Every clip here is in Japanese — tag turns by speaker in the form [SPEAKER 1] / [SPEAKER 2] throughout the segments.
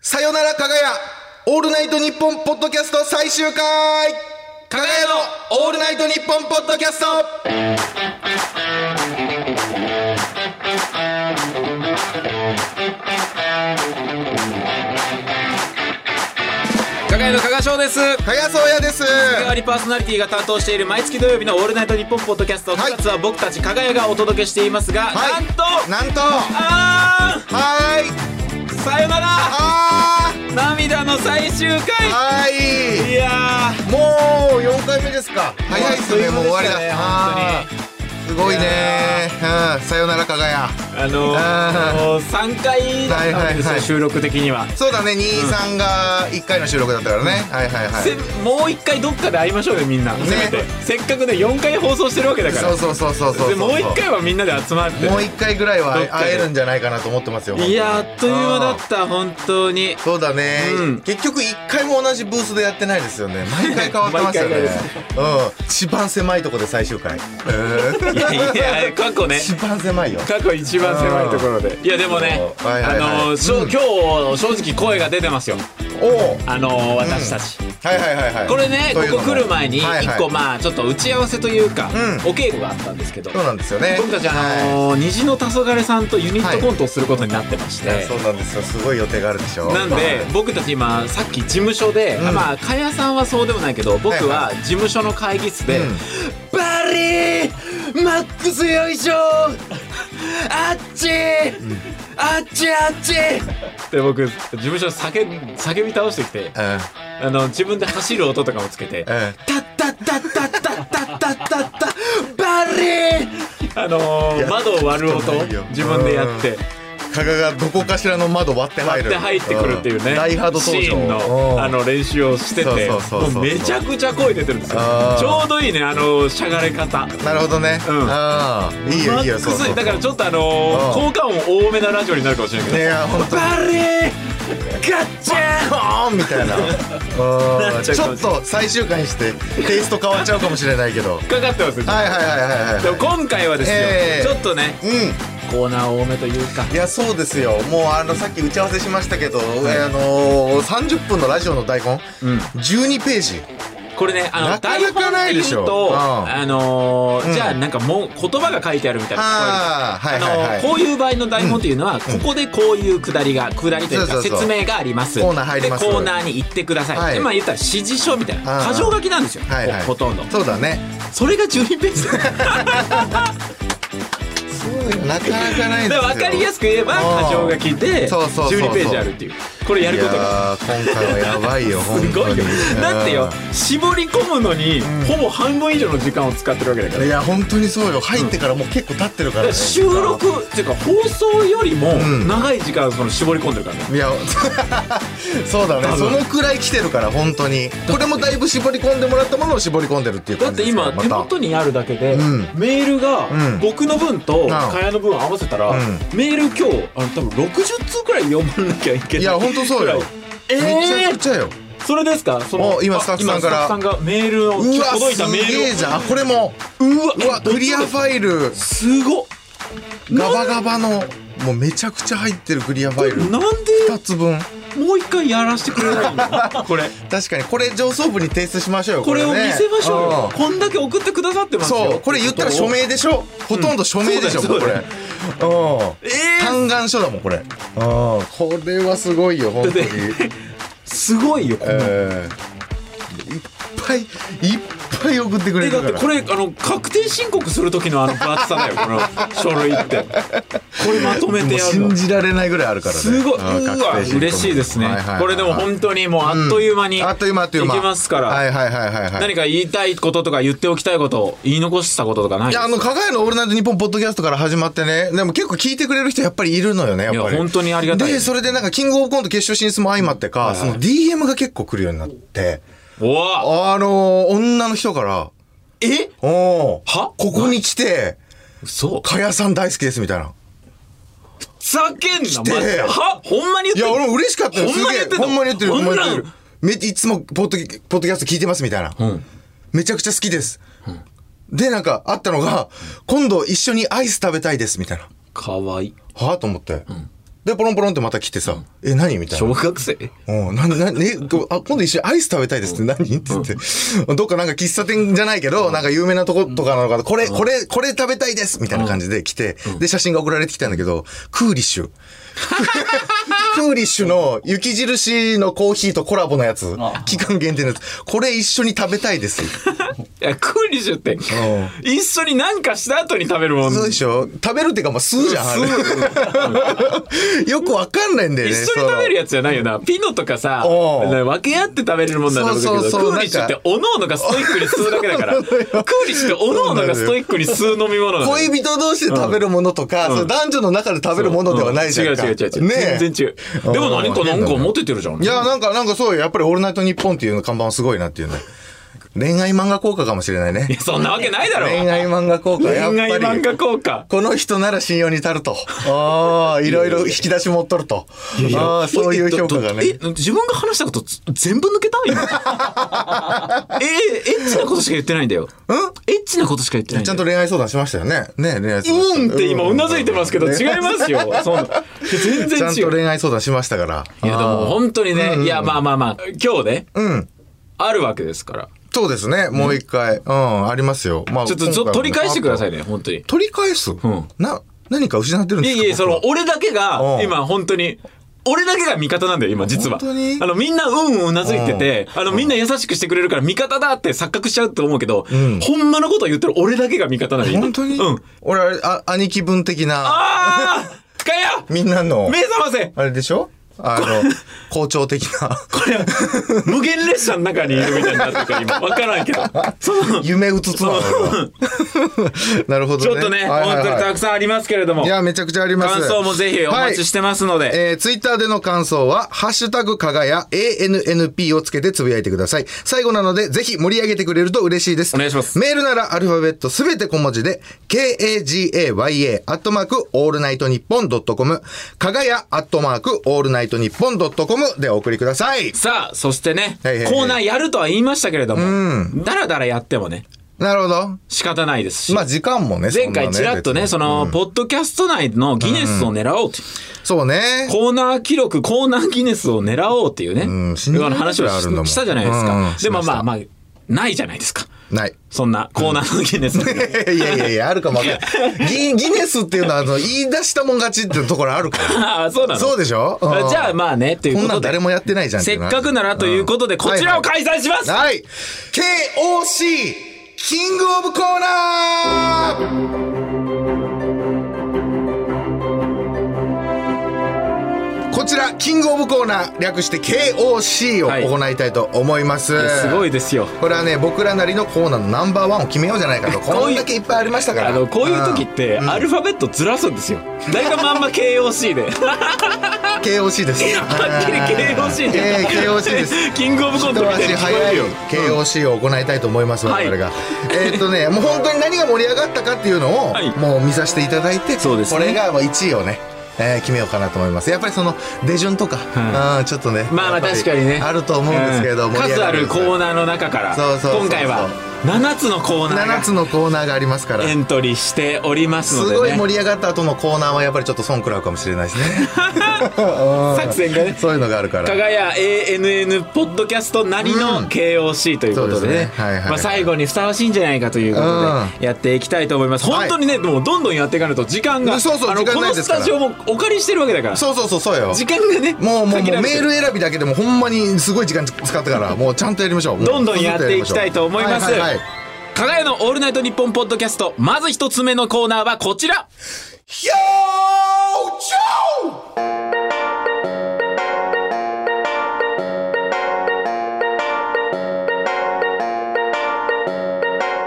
[SPEAKER 1] さよならかがやオールナイトニッポンポッドキャスト最終回かがやのオールナイトニッポンポッドキャスト
[SPEAKER 2] 加賀屋の加賀翔です加
[SPEAKER 1] かがやそうやです
[SPEAKER 2] 賀リパーソナリティが担当している毎月土曜日の「オールナイトニッポン」ポッドキャスト
[SPEAKER 1] はい
[SPEAKER 2] 9月は僕たち加賀屋がお届けしていますが、
[SPEAKER 1] はい
[SPEAKER 2] なんと
[SPEAKER 1] なんと
[SPEAKER 2] あ
[SPEAKER 1] はーい
[SPEAKER 2] ーんさよなら
[SPEAKER 1] あ
[SPEAKER 2] 涙の最終
[SPEAKER 1] ー
[SPEAKER 2] 回
[SPEAKER 1] はーい
[SPEAKER 2] いやー
[SPEAKER 1] もう4回目ですか早いですね
[SPEAKER 2] あっという間
[SPEAKER 1] もう終わり
[SPEAKER 2] で
[SPEAKER 1] だ
[SPEAKER 2] したね
[SPEAKER 1] あーすごいねうんさよならかがや
[SPEAKER 2] あの
[SPEAKER 1] あー
[SPEAKER 2] もう3回だったわけですよ、
[SPEAKER 1] はいはいはい
[SPEAKER 2] 収録的には。
[SPEAKER 1] そうだね23が1回の収録だったからねはいはいはい
[SPEAKER 2] せもう一回どっかで会いましょうよみんな、せめてせっかくね4回放送してるわけだから
[SPEAKER 1] そうそうそうそうそうそう
[SPEAKER 2] でもう一回はみんなで集まって
[SPEAKER 1] もう一回ぐらいは
[SPEAKER 2] どっかで
[SPEAKER 1] 会えるんじゃないかなと思ってますよ
[SPEAKER 2] いやあっという間だった本当に
[SPEAKER 1] そうだね、
[SPEAKER 2] うん
[SPEAKER 1] 結局一回も同じブースでやってないですよね毎回変わってますよね
[SPEAKER 2] 毎回
[SPEAKER 1] うん一番狭いとこで最終回、うん
[SPEAKER 2] いやいや過去ね
[SPEAKER 1] 一番狭いよ
[SPEAKER 2] 過去一番狭いところでいやでもね
[SPEAKER 1] そうはいはいはい
[SPEAKER 2] あのしょ
[SPEAKER 1] うん
[SPEAKER 2] 今日正直声が出てますよ
[SPEAKER 1] おお
[SPEAKER 2] あの私たち
[SPEAKER 1] はいはいはいはい
[SPEAKER 2] これね
[SPEAKER 1] というの
[SPEAKER 2] こ
[SPEAKER 1] も
[SPEAKER 2] こ来る前に
[SPEAKER 1] はい
[SPEAKER 2] 一
[SPEAKER 1] はい
[SPEAKER 2] 個まあちょっと打ち合わせというか
[SPEAKER 1] う
[SPEAKER 2] お稽古があったんですけど
[SPEAKER 1] そうなんですよね
[SPEAKER 2] 僕たちあ
[SPEAKER 1] は
[SPEAKER 2] の虹の黄昏さんとユニットコントをすることになってまし
[SPEAKER 1] いいや
[SPEAKER 2] て
[SPEAKER 1] そうなんですよすごい予定があるでしょ
[SPEAKER 2] なんで僕たち今さっき事務所で、
[SPEAKER 1] うん
[SPEAKER 2] まあ加谷さんはそうでもないけど僕は事務所の会議室で
[SPEAKER 1] うん
[SPEAKER 2] 「バリーマックスよいしょあっちあっちあっち!」って僕事務所で叫び叫び倒してきて
[SPEAKER 1] うん
[SPEAKER 2] あの自分で走る音とかもつけて
[SPEAKER 1] うん
[SPEAKER 2] 「タッタッタッタッタッタッタッタッタバリー!」あのー
[SPEAKER 1] や
[SPEAKER 2] 窓を割る音
[SPEAKER 1] ないよ
[SPEAKER 2] 自分でやって。
[SPEAKER 1] 加賀がどこかしらの窓割って入
[SPEAKER 2] 割っ
[SPEAKER 1] る
[SPEAKER 2] て入ってくるっていうね、
[SPEAKER 1] んダイハード登場
[SPEAKER 2] シーン
[SPEAKER 1] うん
[SPEAKER 2] のあの練習をしてて
[SPEAKER 1] そうそうそうそう
[SPEAKER 2] もうめちゃくちゃ声出てるんですよ
[SPEAKER 1] あー
[SPEAKER 2] ちょうどいいねあのしゃがれ方
[SPEAKER 1] なるほどね
[SPEAKER 2] うん
[SPEAKER 1] ああいいよいいよ
[SPEAKER 2] マックス
[SPEAKER 1] そうそう
[SPEAKER 2] だからちょっとあのー
[SPEAKER 1] うん
[SPEAKER 2] 効果音多めなラジオになるかもしれないけど、
[SPEAKER 1] ねいや本当に
[SPEAKER 2] バレーガッチャ
[SPEAKER 1] あーンみたいなう
[SPEAKER 2] な
[SPEAKER 1] ん
[SPEAKER 2] っちゃ
[SPEAKER 1] ち
[SPEAKER 2] うか
[SPEAKER 1] ょ
[SPEAKER 2] も
[SPEAKER 1] っ
[SPEAKER 2] しれ
[SPEAKER 1] と最終回にしてテイスト変わっちゃうかもしれないけどはい
[SPEAKER 2] ーかかってますよ
[SPEAKER 1] はいはいはいはい
[SPEAKER 2] でも今回はですよ、
[SPEAKER 1] ええ
[SPEAKER 2] ちょっとね
[SPEAKER 1] う
[SPEAKER 2] コーナー多めというか
[SPEAKER 1] んいやそうですよもうあのさっき打ち合わせしましたけど、あのー、30分のラジオの台本、
[SPEAKER 2] うん
[SPEAKER 1] 12ページ
[SPEAKER 2] これねあの
[SPEAKER 1] なかなかないでしょ
[SPEAKER 2] 台本って言うと、
[SPEAKER 1] うん
[SPEAKER 2] あのー
[SPEAKER 1] うん
[SPEAKER 2] じゃあなんかもう言葉が書いてあるみたいな聞こえるじゃん
[SPEAKER 1] ああはいは
[SPEAKER 2] あ
[SPEAKER 1] いは
[SPEAKER 2] の
[SPEAKER 1] い
[SPEAKER 2] こういう場合の台本というのは、ここでこういうくだりがくだりという
[SPEAKER 1] そう
[SPEAKER 2] か
[SPEAKER 1] そうそう
[SPEAKER 2] 説明があります
[SPEAKER 1] コーナー入ります
[SPEAKER 2] でコーナーに行ってください、
[SPEAKER 1] はい
[SPEAKER 2] 今言ったら指示書みたいな
[SPEAKER 1] あー
[SPEAKER 2] 箇条書きなんですよ、
[SPEAKER 1] はいはい
[SPEAKER 2] ほほとんど
[SPEAKER 1] そうだね
[SPEAKER 2] それが12ページ
[SPEAKER 1] なかなかないです
[SPEAKER 2] で
[SPEAKER 1] よ
[SPEAKER 2] 分かりやすく言えば
[SPEAKER 1] うん
[SPEAKER 2] 箇条書きで
[SPEAKER 1] そうそうそうそう
[SPEAKER 2] 12ページあるっていうこれやること
[SPEAKER 1] い
[SPEAKER 2] が
[SPEAKER 1] やー今回はやばいよ本
[SPEAKER 2] すご
[SPEAKER 1] 当
[SPEAKER 2] い
[SPEAKER 1] に
[SPEAKER 2] よだってよ絞り込むのに、ほぼ半分以上の時間を使ってるわけだか
[SPEAKER 1] うん
[SPEAKER 2] ら
[SPEAKER 1] いや本当にそうよ入ってからもう結構経ってるから、ね、
[SPEAKER 2] 収録っていうか放送よりも
[SPEAKER 1] ん
[SPEAKER 2] 長い時間その絞り込んでるからね
[SPEAKER 1] いや そうだねそ
[SPEAKER 2] 多分
[SPEAKER 1] のくらい来てるから本当にこれもだいぶ絞り込んでもらったものを絞り込んでるっていう
[SPEAKER 2] だ
[SPEAKER 1] 感
[SPEAKER 2] っ
[SPEAKER 1] じ
[SPEAKER 2] て
[SPEAKER 1] ですから
[SPEAKER 2] 今手元にあるだけで、
[SPEAKER 1] うん
[SPEAKER 2] メールが
[SPEAKER 1] うん
[SPEAKER 2] 僕の分と
[SPEAKER 1] ん
[SPEAKER 2] かやの分合わせたら、
[SPEAKER 1] うん
[SPEAKER 2] メール今日あの多分60通くらい読まなきゃいけない
[SPEAKER 1] いや本当そうよ
[SPEAKER 2] くらい
[SPEAKER 1] めち
[SPEAKER 2] え
[SPEAKER 1] ゃく
[SPEAKER 2] ー、
[SPEAKER 1] ちゃよ
[SPEAKER 2] それですかその
[SPEAKER 1] お今スタッフさんから
[SPEAKER 2] あ今スタッフさんがメールを
[SPEAKER 1] うわ
[SPEAKER 2] 届い
[SPEAKER 1] す
[SPEAKER 2] たメ
[SPEAKER 1] げえ
[SPEAKER 2] ー
[SPEAKER 1] じゃんあこれも
[SPEAKER 2] ルをうわ
[SPEAKER 1] うわクリアフ
[SPEAKER 2] イ
[SPEAKER 1] ァイル
[SPEAKER 2] すごっ
[SPEAKER 1] ガバガバのもうめちゃくちゃ入ってるクリアファイル
[SPEAKER 2] なん
[SPEAKER 1] 2つ分
[SPEAKER 2] でもう一回やらせてくれないのこれ
[SPEAKER 1] 確かに これ上層部に提出しましょうよ
[SPEAKER 2] これを見
[SPEAKER 1] ね
[SPEAKER 2] せましょうよ
[SPEAKER 1] ん
[SPEAKER 2] こんだけ送ってくださってますよ
[SPEAKER 1] そうこれ言ったら署名でしょほとんど署名でしょ、
[SPEAKER 2] うん
[SPEAKER 1] も
[SPEAKER 2] そうう
[SPEAKER 1] これ
[SPEAKER 2] だよ
[SPEAKER 1] うん
[SPEAKER 2] えー
[SPEAKER 1] 嘆願書だもんこれうんこれはすごいよ本当に
[SPEAKER 2] だっ、すごいよこんなの
[SPEAKER 1] えーいっぱいいっぱい送ってくれ
[SPEAKER 2] え
[SPEAKER 1] るか
[SPEAKER 2] だ
[SPEAKER 1] ら
[SPEAKER 2] ってこれあの確定申告する時のあの分厚さだよこの書類ってこれまとめてやる
[SPEAKER 1] もう
[SPEAKER 2] の
[SPEAKER 1] 信じられないぐらいあるからね
[SPEAKER 2] すごい
[SPEAKER 1] うん
[SPEAKER 2] う
[SPEAKER 1] 確
[SPEAKER 2] わ
[SPEAKER 1] 定申告
[SPEAKER 2] 嬉しいですね、
[SPEAKER 1] ははは
[SPEAKER 2] これでも本当にもうあっという間に、
[SPEAKER 1] あっという間あっという間
[SPEAKER 2] いきますから、
[SPEAKER 1] はいはいはいはいはい
[SPEAKER 2] 何か言いたいこととか言っておきたいこと言い残したこととかない
[SPEAKER 1] いやあの「加賀屋のオールナイトニッポン」ポッドキャストから始まってねでも結構聞いてくれる人やっぱりいるのよねやっぱり
[SPEAKER 2] いや本当にありがたい
[SPEAKER 1] でそれでなんかキングオブコント決勝進出も相まってか、その DM が結構来るようになって
[SPEAKER 2] おお
[SPEAKER 1] あの女の人から
[SPEAKER 2] え
[SPEAKER 1] 「おー
[SPEAKER 2] は
[SPEAKER 1] ここに来て
[SPEAKER 2] 嘘
[SPEAKER 1] 加谷さん大好きです」みたいな
[SPEAKER 2] ふざけんなマジ
[SPEAKER 1] て
[SPEAKER 2] ではほんまに
[SPEAKER 1] い
[SPEAKER 2] 言っ
[SPEAKER 1] や、
[SPEAKER 2] てんの
[SPEAKER 1] 俺も嬉しかったよ。
[SPEAKER 2] ほんまに言ってん
[SPEAKER 1] すげえほ
[SPEAKER 2] の
[SPEAKER 1] んまに言ってる。ほんまに言って
[SPEAKER 2] ほん
[SPEAKER 1] る
[SPEAKER 2] な。
[SPEAKER 1] めいつもポッドキ、ポッドキャスト聞いてますみたいな。
[SPEAKER 2] うん
[SPEAKER 1] めちゃくちゃ好きです。で、なんか、あったのが、今度一緒にアイス食べたいですみたいな。
[SPEAKER 2] かわいい
[SPEAKER 1] はぁと思って。で、で、ポロンポロンってまた来てさ、え、何みたいな
[SPEAKER 2] 小。学生
[SPEAKER 1] うん、な、な、ね、こうあ、今度一緒にアイス食べたいですって何って言って、どっかなんか喫茶店じゃないけど、なんか有名なとことかなのか、これ、これ、これ食べたいですみたいな感じで来て、で、写真が送られてきたんだけど、クーリッシ ュ。クーリッシュの雪印のコーヒーとコラボのやつ
[SPEAKER 2] あ、
[SPEAKER 1] 期間限定のやつ、これ一緒に食べたいです。
[SPEAKER 2] いやクーリッシュって一緒になんかした後に食べるもん
[SPEAKER 1] そうでしょ食べるっていうか、まあ、吸うじゃん、あれ。 よくわかんないんだよ
[SPEAKER 2] 一
[SPEAKER 1] ね。
[SPEAKER 2] 緒に食べるやつじゃないよな。ピノとかさ、
[SPEAKER 1] おう
[SPEAKER 2] 分け合って食べれるもんなんだろうけ
[SPEAKER 1] そ
[SPEAKER 2] ど、
[SPEAKER 1] うそうそう
[SPEAKER 2] クーリッシュって
[SPEAKER 1] なん
[SPEAKER 2] おのおのがストイックに吸うだけ だから、クーリッシュっておのおのがストイックに吸う飲み物なのよ
[SPEAKER 1] 恋人同士で食べるものとか、その男女の中で食べるものではないじゃんか。
[SPEAKER 2] 違う違う違う違う。
[SPEAKER 1] ねえ
[SPEAKER 2] 全然違う。でも何かなんかモテてるじゃん。
[SPEAKER 1] いや、なんか、なんかそうよ。やっぱりオールナイトニッポンっていうの看板はすごいなっていうね。恋愛漫画効果かもしれない ね。
[SPEAKER 2] そんなわけないだろ。
[SPEAKER 1] 恋愛漫画効果。やっ
[SPEAKER 2] 恋愛
[SPEAKER 1] ぱ
[SPEAKER 2] 漫
[SPEAKER 1] り。
[SPEAKER 2] 画効果。
[SPEAKER 1] この人なら信用に足る と。ああ、いろいろ引き出し持っとると。ああ、そういう評価が
[SPEAKER 2] え、
[SPEAKER 1] ね。
[SPEAKER 2] 自分が話したことつ全部抜けた今。 え、エッチなことしか言ってないんだよ。んエッチなことしか言ってないん
[SPEAKER 1] ち
[SPEAKER 2] だ
[SPEAKER 1] ゃん
[SPEAKER 2] よ。
[SPEAKER 1] と恋愛相談しましたよね。ね恋愛相談
[SPEAKER 2] うんって今うなずいてますけど、
[SPEAKER 1] ね
[SPEAKER 2] 違いますよ。そんな全
[SPEAKER 1] ち
[SPEAKER 2] 然
[SPEAKER 1] ゃん
[SPEAKER 2] 違
[SPEAKER 1] と
[SPEAKER 2] う。
[SPEAKER 1] 恋愛相談しましたから。
[SPEAKER 2] いや、でも本当にね、いや、まあまあまあ、今日ね、
[SPEAKER 1] うん。
[SPEAKER 2] あるわけですから。
[SPEAKER 1] そうですね。もう一回。うん、ありますよ。まあ、
[SPEAKER 2] ちょっとちょっと取り返してくださ
[SPEAKER 1] い。
[SPEAKER 2] いね、本当に。
[SPEAKER 1] 取り返す
[SPEAKER 2] ん
[SPEAKER 1] な、何か失ってるん
[SPEAKER 2] い
[SPEAKER 1] です
[SPEAKER 2] や
[SPEAKER 1] か
[SPEAKER 2] いや、そ
[SPEAKER 1] 僕は
[SPEAKER 2] の、俺だけ
[SPEAKER 1] う
[SPEAKER 2] が、
[SPEAKER 1] ん
[SPEAKER 2] 今、本当に、俺だけが味方なんだよ、今、実は。
[SPEAKER 1] 本当に
[SPEAKER 2] あの、みんな、うんうんうなずいてて、あの、みんな優しくしてくれるから、味方だって錯覚しちゃうと思うけど、
[SPEAKER 1] ん
[SPEAKER 2] ほんまのことを言ってる俺だけが味方なんだよ。今
[SPEAKER 1] 本当に
[SPEAKER 2] うん。
[SPEAKER 1] 俺、あれあ、兄貴分的な、
[SPEAKER 2] あー使えよ
[SPEAKER 1] みんなの、
[SPEAKER 2] 目覚ませ
[SPEAKER 1] あれでしょ あの、校長的な、
[SPEAKER 2] これ、無限列車の中にいるみたいになってるから、今。わからんけど。その、
[SPEAKER 1] 夢うつつなのよ なるほどね。
[SPEAKER 2] ちょっとね、
[SPEAKER 1] はいはい
[SPEAKER 2] 本
[SPEAKER 1] はい
[SPEAKER 2] 当にたくさんありますけれども
[SPEAKER 1] い、や、めちゃくちゃあります。
[SPEAKER 2] 感想もぜひお待ちしてますので。
[SPEAKER 1] えー、ツイッターでの感想は、ハッシュタグかがや ANNP をつけてつぶやいてください。最後なので、ぜひ盛り上げてくれると嬉しいです。
[SPEAKER 2] お願いします
[SPEAKER 1] メールならアルファベットすべて小文字で、kagaya アットマークオールナイトニッポンドットコム、かがやアットマークオールナイトニッポンドットコムでお送りください。
[SPEAKER 2] さあ、そしてね、コ
[SPEAKER 1] はいはいはい
[SPEAKER 2] ーナーやるとは言いましたけれども、だらだらやってもね、
[SPEAKER 1] なるほど。
[SPEAKER 2] 仕方ないですし。
[SPEAKER 1] まあ、時間もね、
[SPEAKER 2] 前回ちらっとね、そ
[SPEAKER 1] そんな
[SPEAKER 2] の、ポッドキャスト内のギネスを狙おうと、
[SPEAKER 1] 別にそうね。
[SPEAKER 2] コーナー記録、コーナーギネスを狙おうっていうね、
[SPEAKER 1] ん信じられない
[SPEAKER 2] 話を
[SPEAKER 1] ぐらいあるんだもん
[SPEAKER 2] ししたじゃないです
[SPEAKER 1] うん
[SPEAKER 2] か
[SPEAKER 1] うん。
[SPEAKER 2] でも
[SPEAKER 1] しまし
[SPEAKER 2] まあ
[SPEAKER 1] た
[SPEAKER 2] まあ、ないじゃないですか。
[SPEAKER 1] ない。
[SPEAKER 2] そんなコーナーのギネス。
[SPEAKER 1] いやいやいや、あるかもわかんない。ギギネスっていうのは、あの、言い出したもん勝ちっていうところあるから。
[SPEAKER 2] ああ、そうなの
[SPEAKER 1] そうでしょうん
[SPEAKER 2] あじゃあまあね、という
[SPEAKER 1] こ
[SPEAKER 2] こ
[SPEAKER 1] んな
[SPEAKER 2] と
[SPEAKER 1] ん誰
[SPEAKER 2] で、
[SPEAKER 1] もやってないじゃんってい
[SPEAKER 2] せっ
[SPEAKER 1] うのは
[SPEAKER 2] かくならということで、
[SPEAKER 1] ん
[SPEAKER 2] こちらを開催します
[SPEAKER 1] はい、はい。KOC! キングオブコーナーこちら、キングオブコーナー、略して KOC
[SPEAKER 2] はい
[SPEAKER 1] を行いたいと思います。
[SPEAKER 2] いやすごいですよ。
[SPEAKER 1] これはね、僕らなりのコーナーのナンバーワンを決めようじゃない かと。
[SPEAKER 2] ういう
[SPEAKER 1] こんだけいっぱいありましたから。
[SPEAKER 2] あの、こういう時って、アルファベットずらすんですよ。大体まんま KOC で。
[SPEAKER 1] うん、KOC です。
[SPEAKER 2] はっきり KOC で。
[SPEAKER 1] えー KOC です。
[SPEAKER 2] キングオブコント
[SPEAKER 1] 一
[SPEAKER 2] みた
[SPEAKER 1] 足
[SPEAKER 2] いに聞こえ
[SPEAKER 1] 早
[SPEAKER 2] る
[SPEAKER 1] い
[SPEAKER 2] よ。
[SPEAKER 1] KOC を行いたいと思います、
[SPEAKER 2] はい
[SPEAKER 1] 我々が。えーっとね、もう本当に何が盛り上がったかっていうのを、
[SPEAKER 2] はい
[SPEAKER 1] もう見させていただいて、
[SPEAKER 2] そうですね
[SPEAKER 1] これがもう1位をね、えー決めようかなと思います。やっぱりその、出順とか、うんちょっとね。
[SPEAKER 2] まあま
[SPEAKER 1] や
[SPEAKER 2] あ
[SPEAKER 1] っぱり
[SPEAKER 2] 確かにね。
[SPEAKER 1] あると思うんですけれど
[SPEAKER 2] うん
[SPEAKER 1] も。
[SPEAKER 2] 数あるコーナーの中から、
[SPEAKER 1] そうそうそうそう
[SPEAKER 2] 今回は7つのコーナ
[SPEAKER 1] 7
[SPEAKER 2] ー
[SPEAKER 1] つのコーナーがありますから
[SPEAKER 2] がエ。ントリーしておりますの
[SPEAKER 1] す
[SPEAKER 2] で、ね。
[SPEAKER 1] ごい盛り上がった後のコーナーはやっぱりちょっと損食らうかもしれないですね。
[SPEAKER 2] 作戦がね。
[SPEAKER 1] そういうのがあるから。
[SPEAKER 2] かがや ANN ポッドキャストなり
[SPEAKER 1] うん
[SPEAKER 2] の KOC ということで
[SPEAKER 1] そうです
[SPEAKER 2] ね
[SPEAKER 1] ねはいはいはい
[SPEAKER 2] まあ最後にふさわしいんじゃないかということでやっていきたいと思います、
[SPEAKER 1] はい
[SPEAKER 2] 本当にねもうどんどんやっていかないと時間が
[SPEAKER 1] そうそう
[SPEAKER 2] あの
[SPEAKER 1] 時間
[SPEAKER 2] こ
[SPEAKER 1] ない
[SPEAKER 2] の
[SPEAKER 1] で
[SPEAKER 2] ス
[SPEAKER 1] すから
[SPEAKER 2] タジオもお借りしてるわけだから
[SPEAKER 1] そうそうそう、そうよ。
[SPEAKER 2] 時間がね
[SPEAKER 1] もうもうもうメー
[SPEAKER 2] ル
[SPEAKER 1] ル選びだけでもほんまにすごい時間使ったからもうちゃんとやりましょうもう
[SPEAKER 2] どんどんやっていきたいと思います
[SPEAKER 1] ははいはい
[SPEAKER 2] かがやの「オールナイトニッポン」ポッドキャストまず一つ目のコーナーはこちら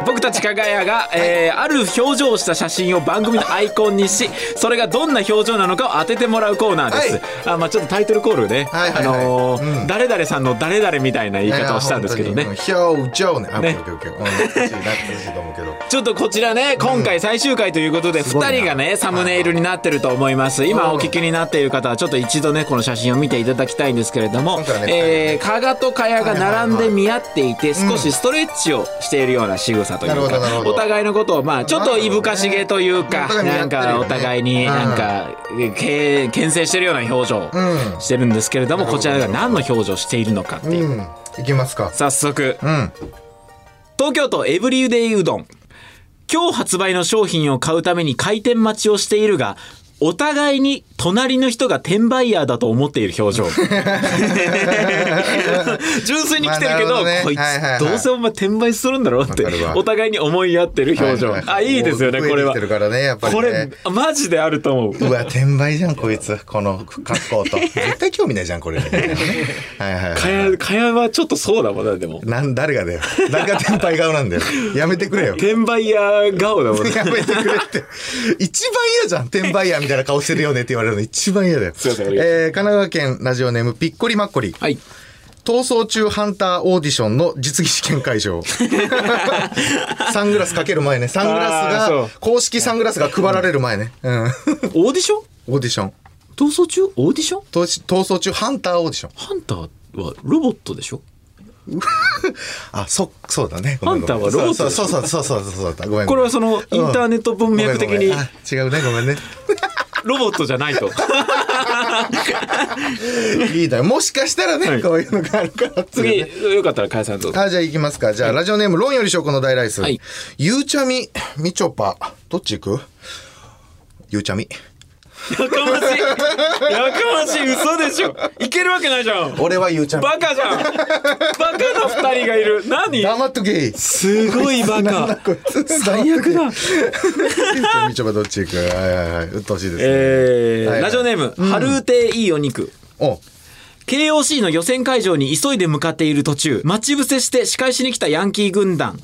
[SPEAKER 2] 僕たちかがやが、えーある表情をした写真を番組のアイコンにしそれがどんな表情なのかを当ててもらうコーナーです、あまあちょっとタイトルコールね、
[SPEAKER 1] はいはいはい
[SPEAKER 2] あのー
[SPEAKER 1] うん
[SPEAKER 2] 誰々さんの誰々みたいな言い方をしたんですけどね
[SPEAKER 1] いや本当にうん表情ねあ
[SPEAKER 2] ね
[SPEAKER 1] ねオッケーオッケーオッケーうん懐かしい懐かしいと思うけ ど
[SPEAKER 2] ちょっとこちらね今回最終回ということで
[SPEAKER 1] ごいな
[SPEAKER 2] 2人がねサムネイルになってると思います今お聞きになっている方はちょっと一度ねこの写真を見ていただきたいんですけれども
[SPEAKER 1] 今回はね
[SPEAKER 2] えー加賀と加谷が並んで見合っていて少しストレッチをしているような仕草したというか
[SPEAKER 1] なるほどなるほど
[SPEAKER 2] お互いのことをまあちょっといぶかしげという
[SPEAKER 1] なる
[SPEAKER 2] か
[SPEAKER 1] ほどね
[SPEAKER 2] なんかお互いに
[SPEAKER 1] お互い
[SPEAKER 2] なん
[SPEAKER 1] にや
[SPEAKER 2] かけ牽制してるような表情
[SPEAKER 1] うん
[SPEAKER 2] してるんですけれどもこちらが何の表情しているのかっていう
[SPEAKER 1] うん。いきますか。
[SPEAKER 2] 早速
[SPEAKER 1] うん。
[SPEAKER 2] 東京都エブリュデイうどん今日発売の商品を買うために開店待ちをしているがお互いに隣の人が転売ヤーだと思っている 表情純粋に来てるけど,、
[SPEAKER 1] まあなるほどね
[SPEAKER 2] こいつ、
[SPEAKER 1] はいはいはい
[SPEAKER 2] どうせお前転売するんだろうって
[SPEAKER 1] わかるわ
[SPEAKER 2] お互いに思い合ってる表情、
[SPEAKER 1] はは
[SPEAKER 2] あいいですよね
[SPEAKER 1] もう
[SPEAKER 2] これは
[SPEAKER 1] 増えてきてるからね、やっぱり
[SPEAKER 2] これ
[SPEAKER 1] ね。
[SPEAKER 2] マジであると思う
[SPEAKER 1] うわ、転売じゃん、こいつ。この格好 と。絶対興味ないじゃん、これ。はいはい
[SPEAKER 2] か
[SPEAKER 1] は
[SPEAKER 2] やかやはちょっとそうだもんなでも
[SPEAKER 1] い。なん、誰がだよ。誰が転売顔なんだよ。やめてくれよ。
[SPEAKER 2] 転売ヤー顔だもんね
[SPEAKER 1] やめてくれって。一番嫌じゃん。転売屋みたいな顔してるよねって言われるの一番嫌だよ。
[SPEAKER 2] すいません
[SPEAKER 1] えー、神奈川県ラジオネームピッコリマッコリ。
[SPEAKER 2] はい
[SPEAKER 1] 逃走中ハンターオーディションの実技試験会 場。サングラスかける前ね。サング
[SPEAKER 2] あーそ
[SPEAKER 1] ラ
[SPEAKER 2] う
[SPEAKER 1] スが、公式サングラスが配られる前ね。 うん。
[SPEAKER 2] オーディション
[SPEAKER 1] オーディション。
[SPEAKER 2] 逃走中オーディション
[SPEAKER 1] 逃し逃走中ハンターオーディション。
[SPEAKER 2] ハンターはロボットでしょ
[SPEAKER 1] あ、そ、そうだね。
[SPEAKER 2] ハンターはロボット
[SPEAKER 1] そうそうそうそうそうそうそうだった。ごめん。
[SPEAKER 2] これはそのインターネット文脈的
[SPEAKER 1] ごめん
[SPEAKER 2] に
[SPEAKER 1] ごめんあ違うね、ごめんね。
[SPEAKER 2] ロボットじゃな いと。
[SPEAKER 1] いいだよ。もしかしたらね、
[SPEAKER 2] はい
[SPEAKER 1] こういうのがあるから。
[SPEAKER 2] 次、よかったら加谷さんどうぞ。
[SPEAKER 1] あ、じゃあ行きますか。じゃあ、ラジオネーム、論より証拠の大ライス。
[SPEAKER 2] はい
[SPEAKER 1] ゆうちゃみ、みちょぱ、どっち行くゆうちゃみ。
[SPEAKER 2] やかましいやかましい嘘でしょいけるわけないじゃん
[SPEAKER 1] 俺はゆうちゃみ。
[SPEAKER 2] バカじゃんバカの二人がいる何
[SPEAKER 1] 黙っとけい。
[SPEAKER 2] すごいバ
[SPEAKER 1] なんだこ
[SPEAKER 2] カ
[SPEAKER 1] いつ
[SPEAKER 2] 最悪だ。
[SPEAKER 1] ゆうちゃみみちょぱどっち行くはいはいはい。うっとうしいですね。はい
[SPEAKER 2] え
[SPEAKER 1] は
[SPEAKER 2] ー、
[SPEAKER 1] い
[SPEAKER 2] ラジオネーム、ハルーテいいお肉。
[SPEAKER 1] お
[SPEAKER 2] KOC の予選会場に急いで向かっている途中待ち伏せして仕返しに来たヤンキー軍団、
[SPEAKER 1] ん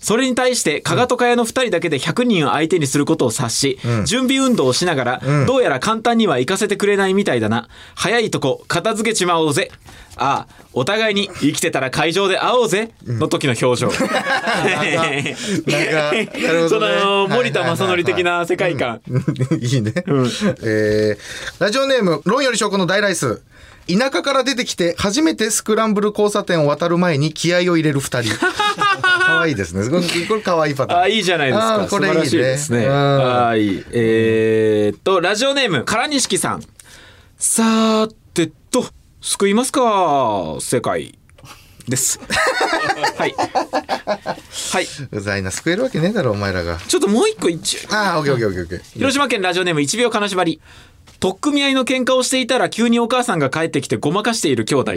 [SPEAKER 2] それに対して加賀と加谷の2人だけで100人を相手にすることを察し、準備運動をしながら、どうやら簡単には行かせてくれないみたいだな早いとこ片付けちまおうぜああお互いに生きてたら会場で会おうぜの時の 表情、
[SPEAKER 1] なんか、なるほ
[SPEAKER 2] そ
[SPEAKER 1] ど、ね。
[SPEAKER 2] の森田正則的な世界観、
[SPEAKER 1] いいね。えーラジオネーム、論より証拠の大ライス。田舎から出てきて、初めてスクランブル交差点を渡る前に気合を入れる二 人。可愛いですね。これ、これ可愛いパターン。
[SPEAKER 2] あいいじゃないです
[SPEAKER 1] あ
[SPEAKER 2] か。
[SPEAKER 1] ーこれ
[SPEAKER 2] 素晴らしい
[SPEAKER 1] いいね
[SPEAKER 2] ですね。
[SPEAKER 1] うん
[SPEAKER 2] はい。えーっと、ラジオネーム、唐錦さん。さーてと、救いますか、世界。です。 はい。はい。
[SPEAKER 1] うざいな、救えるわけねえだろ、お前らが。
[SPEAKER 2] ちょっともう一個一応。
[SPEAKER 1] ああ、オッケーオッケーオッケーオッケー。
[SPEAKER 2] 広島県ラジオネーム1秒金縛り。取っ組み合いの喧嘩をしていたら急にお母さんが帰ってきてごまかしている兄 弟。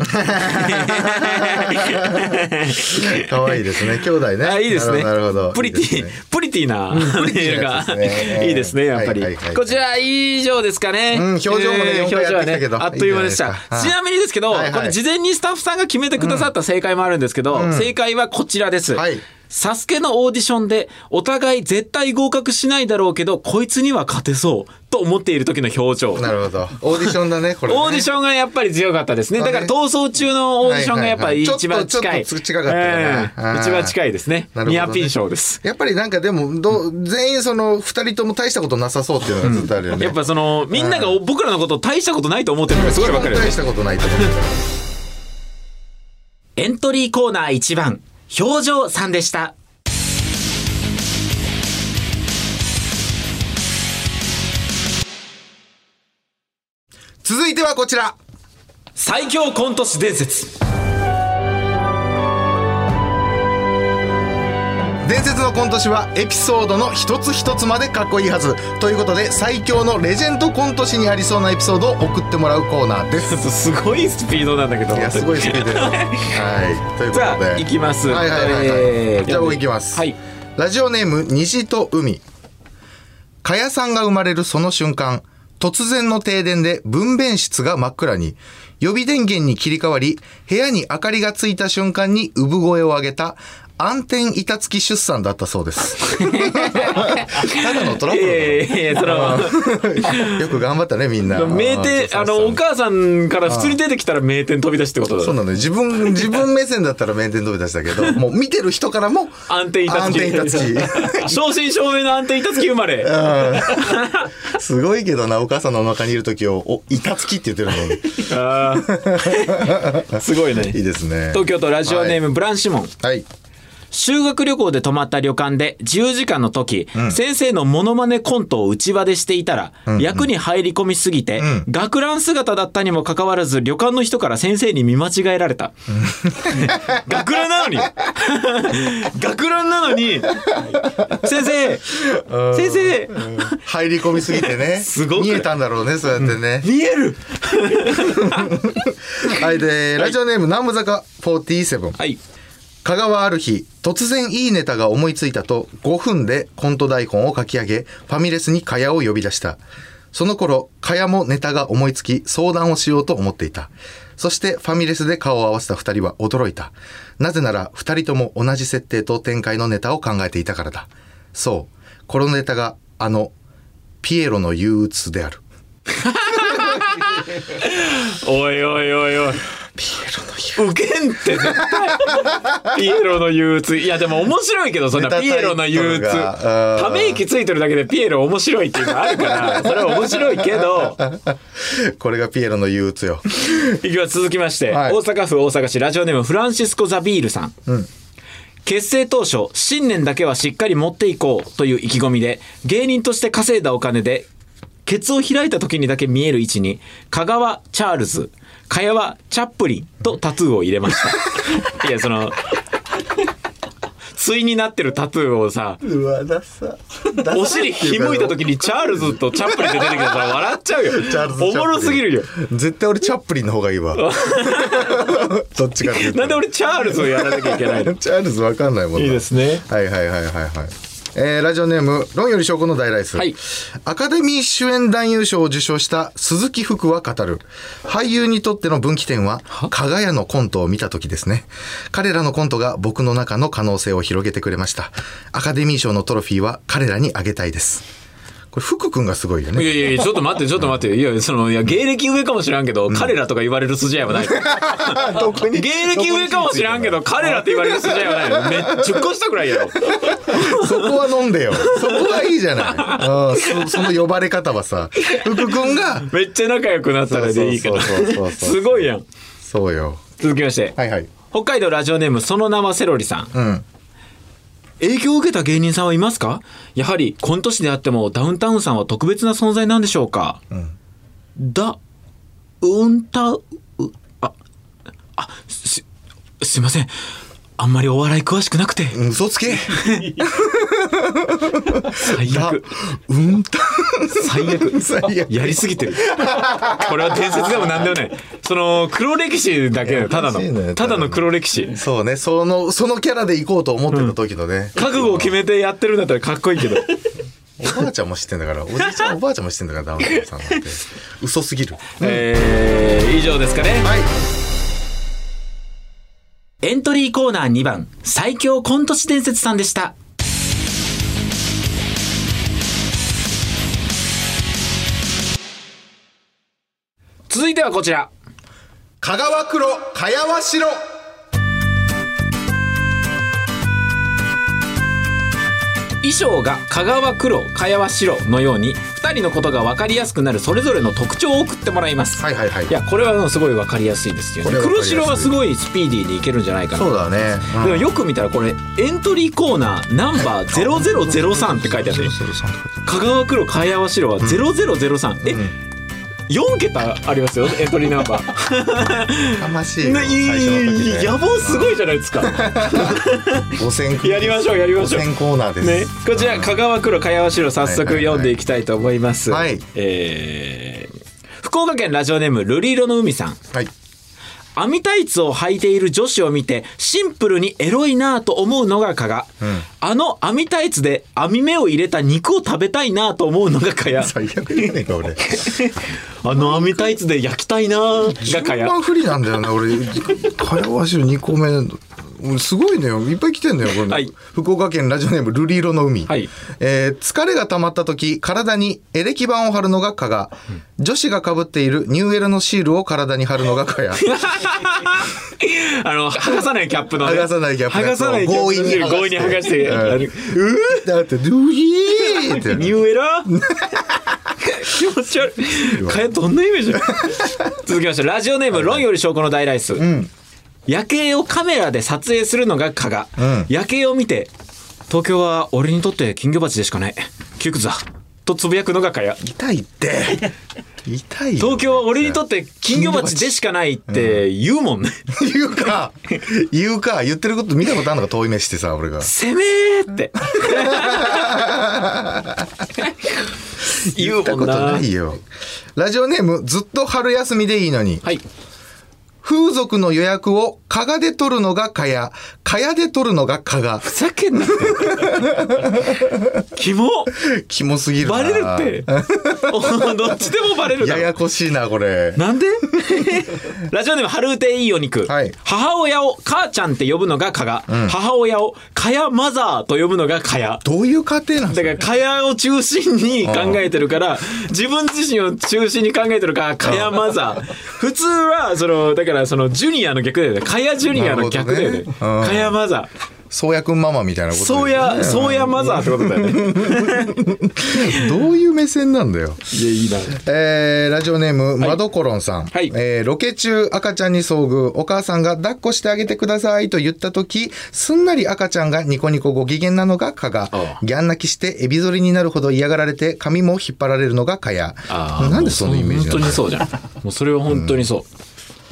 [SPEAKER 1] 可愛いですね。兄弟ね。
[SPEAKER 2] あいいですね。
[SPEAKER 1] なるほど。なるほど
[SPEAKER 2] プリテ
[SPEAKER 1] い
[SPEAKER 2] ィ、
[SPEAKER 1] いですね
[SPEAKER 2] プリティな
[SPEAKER 1] プリテ
[SPEAKER 2] メール
[SPEAKER 1] ィなや
[SPEAKER 2] が
[SPEAKER 1] つですね
[SPEAKER 2] いいですね、やっぱり
[SPEAKER 1] はいはいはいは。い
[SPEAKER 2] こちら以上ですかね。
[SPEAKER 1] うん表情もね
[SPEAKER 2] えー
[SPEAKER 1] 4回やってきたけど
[SPEAKER 2] 表情はねあっという間でし
[SPEAKER 1] いいんじ
[SPEAKER 2] た
[SPEAKER 1] ゃないですか。はい
[SPEAKER 2] ちなみにですけど、こ
[SPEAKER 1] はいはい
[SPEAKER 2] れ事前にスタッフさんが決めてくださった正解もあるんですけど、正解はこちらです
[SPEAKER 1] はい。
[SPEAKER 2] サスケのオーディションでお互い絶対合格しないだろうけどこいつには勝てそうと思っている時の表情
[SPEAKER 1] なるほど。オーディションだね、これ、ね。
[SPEAKER 2] オーディションがやっぱり強かったですね。だから逃走中のオーディションがやっぱり一番近い。
[SPEAKER 1] はいはいはいちょっとちょっと近かったよね
[SPEAKER 2] ええ
[SPEAKER 1] あー
[SPEAKER 2] 一番近いですね。
[SPEAKER 1] なるほどね
[SPEAKER 2] ニアピン賞です。
[SPEAKER 1] やっぱりなんかでも、どう全員その、二人とも大したことなさそうっていうのがずっとあるよね。
[SPEAKER 2] やっぱそのみんなが僕らのことを大したことないと思ってるのがすごいわかるよね
[SPEAKER 1] 大したことないと思う。
[SPEAKER 2] エントリーコーナー1番表情さんでした
[SPEAKER 1] 続いてはこちら。
[SPEAKER 2] 最強コント師伝説
[SPEAKER 1] 伝説のコント師はエピソードの一つ一つまでかっこいいはず。ということで、最強のレジェンドコント師にありそうなエピソードを送ってもらうコーナーです。
[SPEAKER 2] すごいスピードなんだけど
[SPEAKER 1] いや、すごいスピード です。はい。ということで。
[SPEAKER 2] じゃあ行きます
[SPEAKER 1] はいはいはい、はい
[SPEAKER 2] えー
[SPEAKER 1] じゃあ僕行きます。
[SPEAKER 2] はい
[SPEAKER 1] ラジオネーム、虹と海。かやさんが生まれるその瞬間、突然の停電で分娩室が真っ暗に、予備電源に切り替わり、部屋に明かりがついた瞬間に産声を上げた、暗転板付き出産だったそう です。ただのトラブルだな、
[SPEAKER 2] ええその
[SPEAKER 1] よく頑張ったね、みんな。
[SPEAKER 2] 名店あのお母さんから普通に出てきたら名店飛び出しってことだ
[SPEAKER 1] そうなのよ自 分、自分目線だったら名店飛び出したけど、もう見てる人からも、
[SPEAKER 2] 安定板付き
[SPEAKER 1] 安定板付き
[SPEAKER 2] 正真正銘の安定板付き生まれ
[SPEAKER 1] すごいけどな、お母さんのお腹にいる時を、お、板付きって言ってるのに。
[SPEAKER 2] あー すごいね
[SPEAKER 1] いいですね。
[SPEAKER 2] 東京都ラジオネーム、ブランシモン
[SPEAKER 1] はい。
[SPEAKER 2] 修学旅行で泊まった旅館で自由時間の時、先生のモノマネコントを内場でしていたら、役に入り込みすぎて、学ラン姿だったにもかかわらず旅館の人から先生に見間違えられ た学ランなの に学ランなのに先生先生
[SPEAKER 1] 入り込みすぎてね
[SPEAKER 2] すごく
[SPEAKER 1] 見えたんだろうねそうやって ね、
[SPEAKER 2] 見える
[SPEAKER 1] はいでラジオネーム南部坂47
[SPEAKER 2] はい
[SPEAKER 1] 香川ある日突然いいネタが思いついたと5分でコント台本を書き上げファミレスに蚊帳を呼び出したその頃蚊帳もネタが思いつき相談をしようと思っていたそしてファミレスで顔を合わせた2人は驚いたなぜなら2人とも同じ設定と展開のネタを考えていたからだそうこのネタがあのピエロの憂鬱である
[SPEAKER 2] おいおいおいおい
[SPEAKER 1] ピエロの憂
[SPEAKER 2] ウケんって絶対ピエロの憂鬱いやでも面白いけどそんな
[SPEAKER 1] ネタタ
[SPEAKER 2] ピ
[SPEAKER 1] イト
[SPEAKER 2] エ
[SPEAKER 1] ルが
[SPEAKER 2] ロの憂鬱
[SPEAKER 1] うん
[SPEAKER 2] ため息ついてるだけでピエロ面白いっていうのあるからそれは面白いけど
[SPEAKER 1] 鬱これがピエロの憂鬱よ
[SPEAKER 2] いきます続きまして、
[SPEAKER 1] はい
[SPEAKER 2] 大阪府大阪市ラジオネームフランシスコ・ザビールさん、結成当初新年だけはしっかり持っていこうという意気込みで芸人として稼いだお金でケツを開いた時にだけ見える位置に香川チャールズ茅川チャップリンとタトゥーを入れまし たいやその対になってるタトゥーをさ
[SPEAKER 1] うわださ
[SPEAKER 2] お尻ひむいた時にチャールズとチャップリンって出てきたらさ笑っちゃうよ
[SPEAKER 1] チャールズチャップリン
[SPEAKER 2] おもろすぎるよ
[SPEAKER 1] 絶対俺チャップリンの方がいいわどっちかっていうと
[SPEAKER 2] なんで俺チャールズをやらなきゃいけない の
[SPEAKER 1] チャールズわかんないもんない
[SPEAKER 2] いですね
[SPEAKER 1] はいはいはいはいはいえーラジオネーム「論より証拠の大ライス」
[SPEAKER 2] はい
[SPEAKER 1] アカデミー主演男優賞を受賞した鈴木福は語る俳優にとっての分岐点は加賀屋のコントを見た時ですね彼らのコントが僕の中の可能性を広げてくれましたアカデミー賞のトロフィーは彼らにあげたいですこれ福君がすごいよね
[SPEAKER 2] いやいやいや、ちょっと待って、ちょっと待って。いや、その、いや、芸歴上かもしらんけど、彼らとか言われる筋合いは ない。
[SPEAKER 1] どこに
[SPEAKER 2] 芸歴上かもしらんけど、彼らって言われる筋合いはない。めっちゃ10個したくらいやろ。
[SPEAKER 1] そこは飲んでよ。そこがいいじゃない。うん、そその呼ばれ方はさ、福君が、
[SPEAKER 2] めっちゃ仲良くなったらでいいから
[SPEAKER 1] そうそうそうそう。そう
[SPEAKER 2] すごいやん。
[SPEAKER 1] そうよ。
[SPEAKER 2] 続きまして、
[SPEAKER 1] はいはい。
[SPEAKER 2] 北海道ラジオネーム、その名はセロリさん。
[SPEAKER 1] うん。
[SPEAKER 2] 影響を受けた芸人さんはいますかやはり、コント師であっても、ダウンタウンさんは特別な存在なんでしょうか、だ、うんたう、あ、あ、す、すいません。あんまりお笑い詳しくなくて。
[SPEAKER 1] 嘘つけ。
[SPEAKER 2] 最
[SPEAKER 1] だ
[SPEAKER 2] 悪。
[SPEAKER 1] うんた。
[SPEAKER 2] 最悪。
[SPEAKER 1] 最悪
[SPEAKER 2] やりすぎてる。これは伝説でも何でもない。その、黒歴史だけだよただ
[SPEAKER 1] いや嬉しい
[SPEAKER 2] の。
[SPEAKER 1] ね
[SPEAKER 2] ただの黒歴史。
[SPEAKER 1] そうね。その、そのキャラで行こうと思ってた時のね。
[SPEAKER 2] 覚悟を決めてやってるんだったらかっこいいけど。
[SPEAKER 1] おばあちゃんも知ってんだから、おじいちゃんおばあちゃんも知ってんだから、ダウンタウンさん なんて。嘘すぎる。
[SPEAKER 2] えー、以上ですかね。
[SPEAKER 1] はい。
[SPEAKER 2] エントリーコーナー2番、最強コント師伝説さんでした。続いてはこちら。
[SPEAKER 1] 香川黒、かやわ白。
[SPEAKER 2] 衣装が香川黒香川白のように2人のことが分かりやすくなるそれぞれの特徴を送ってもらいます、、
[SPEAKER 1] はいいはいはい。
[SPEAKER 2] やこれはうんすごい分かりやすいですよ
[SPEAKER 1] こ
[SPEAKER 2] ね
[SPEAKER 1] れは分かり
[SPEAKER 2] 黒
[SPEAKER 1] やすい
[SPEAKER 2] 白はすごいスピーディーにいけるんじゃないかな
[SPEAKER 1] そうだね。うん
[SPEAKER 2] でもよく見たらこれエントリーコーナーナンバー0003って書いてあって香川黒香川白は0003、え4桁ありますよエントリーナンバー
[SPEAKER 1] かましいよ。
[SPEAKER 2] な
[SPEAKER 1] 最初の時ね。
[SPEAKER 2] 野望すごいじゃないですか
[SPEAKER 1] 五千。
[SPEAKER 2] やりましょうやりましょう
[SPEAKER 1] 五千コーナー
[SPEAKER 2] ね
[SPEAKER 1] で、す。
[SPEAKER 2] こちら香川黒茅川白早速
[SPEAKER 1] はいはいはい
[SPEAKER 2] 読んでいきたいと思います。
[SPEAKER 1] はい
[SPEAKER 2] えー福岡県ラジオネームルリ色の海さん。
[SPEAKER 1] はい。
[SPEAKER 2] 網タイツを履いている女子を見てシンプルにエロいなぁと思うのが加賀、あの網タイツで網目を入れた肉を食べたいなぁと思うのが加 賀
[SPEAKER 1] 最悪じゃねえか、俺。
[SPEAKER 2] あの網タイツで焼きたいなぁが加
[SPEAKER 1] 順
[SPEAKER 2] 賀
[SPEAKER 1] 番不利 なんだよね俺かやわしの2個目俺すごいのよいっぱい来てんのよこれ、
[SPEAKER 2] はい
[SPEAKER 1] 福岡県ラジオネームルリ色の海、
[SPEAKER 2] はい
[SPEAKER 1] えー疲れが溜まった時体にエレキ板を貼るのが加賀、女子がかぶっているニューエラのシールを体に貼るのが加賀
[SPEAKER 2] あの剥がさないキャップのね、
[SPEAKER 1] 剥がさないキャップの
[SPEAKER 2] 剥
[SPEAKER 1] や
[SPEAKER 2] が
[SPEAKER 1] つを
[SPEAKER 2] さないキャップ
[SPEAKER 1] 強引に剥がして
[SPEAKER 2] 強引に剥がして、
[SPEAKER 1] うん
[SPEAKER 2] あのうー
[SPEAKER 1] だってドゥギーって
[SPEAKER 2] ニューエラ気持ち悪 い。かやどんなイメージ続きまして、ラジオネーム、論より証拠の大ライス。夜景をカメラで撮影するのが加賀、
[SPEAKER 1] ん
[SPEAKER 2] 夜景を見て東京は俺にとって金魚鉢でしかない窮屈だとつぶやくのが加賀
[SPEAKER 1] 痛いって。痛いよ。
[SPEAKER 2] 東京は俺にとって金魚鉢でしかないって言うもんね、
[SPEAKER 1] 言うか、言うか、言ってること見たことあるのか遠い目してさ、俺が。
[SPEAKER 2] 攻めーって
[SPEAKER 1] 言ったことないよ。ラジオネーム、ずっと春休みでいいのに。
[SPEAKER 2] はい
[SPEAKER 1] 風俗の予約を加賀で取るのが加賀。加賀で取るのが加賀。
[SPEAKER 2] ふざけんなって キモ
[SPEAKER 1] キモすぎるな。
[SPEAKER 2] バレ るっておどっちでもバレるだ
[SPEAKER 1] や
[SPEAKER 2] ろ
[SPEAKER 1] やこしいな、これ。
[SPEAKER 2] なんで ラジオネーム春うていいお肉、
[SPEAKER 1] はい
[SPEAKER 2] 母親を母ちゃんって呼ぶのが加賀、母親をかやマザーと呼ぶのがかや
[SPEAKER 1] どういう家庭なん
[SPEAKER 2] だ
[SPEAKER 1] で
[SPEAKER 2] からかやを中心に考えてるから自分自身を中心に考えてるからかやマザー普通はそのだからそのジュニアの逆だよねかやジュニアの逆だよね
[SPEAKER 1] なるほどねうん
[SPEAKER 2] かやマザ
[SPEAKER 1] すかうやくんママみたいなこ
[SPEAKER 2] ー
[SPEAKER 1] と。
[SPEAKER 2] そうやそうやマザーってことだよね
[SPEAKER 1] どういう目線なんだよ。
[SPEAKER 2] いやいいな
[SPEAKER 1] えーラジオネーム、まどころんさん。
[SPEAKER 2] はい
[SPEAKER 1] えーロケ中、赤ちゃんに遭遇。お母さんが抱っこしてあげてくださいと言ったとき、すんなり赤ちゃんがニコニコご機嫌なのが加賀
[SPEAKER 2] あ。
[SPEAKER 1] ギャン泣きして、エビ反りになるほど嫌がられて、髪も引っ張られるのが加賀。なんでそのイメージな
[SPEAKER 2] 本当
[SPEAKER 1] の
[SPEAKER 2] にそうじゃ んもうそれは本当にそ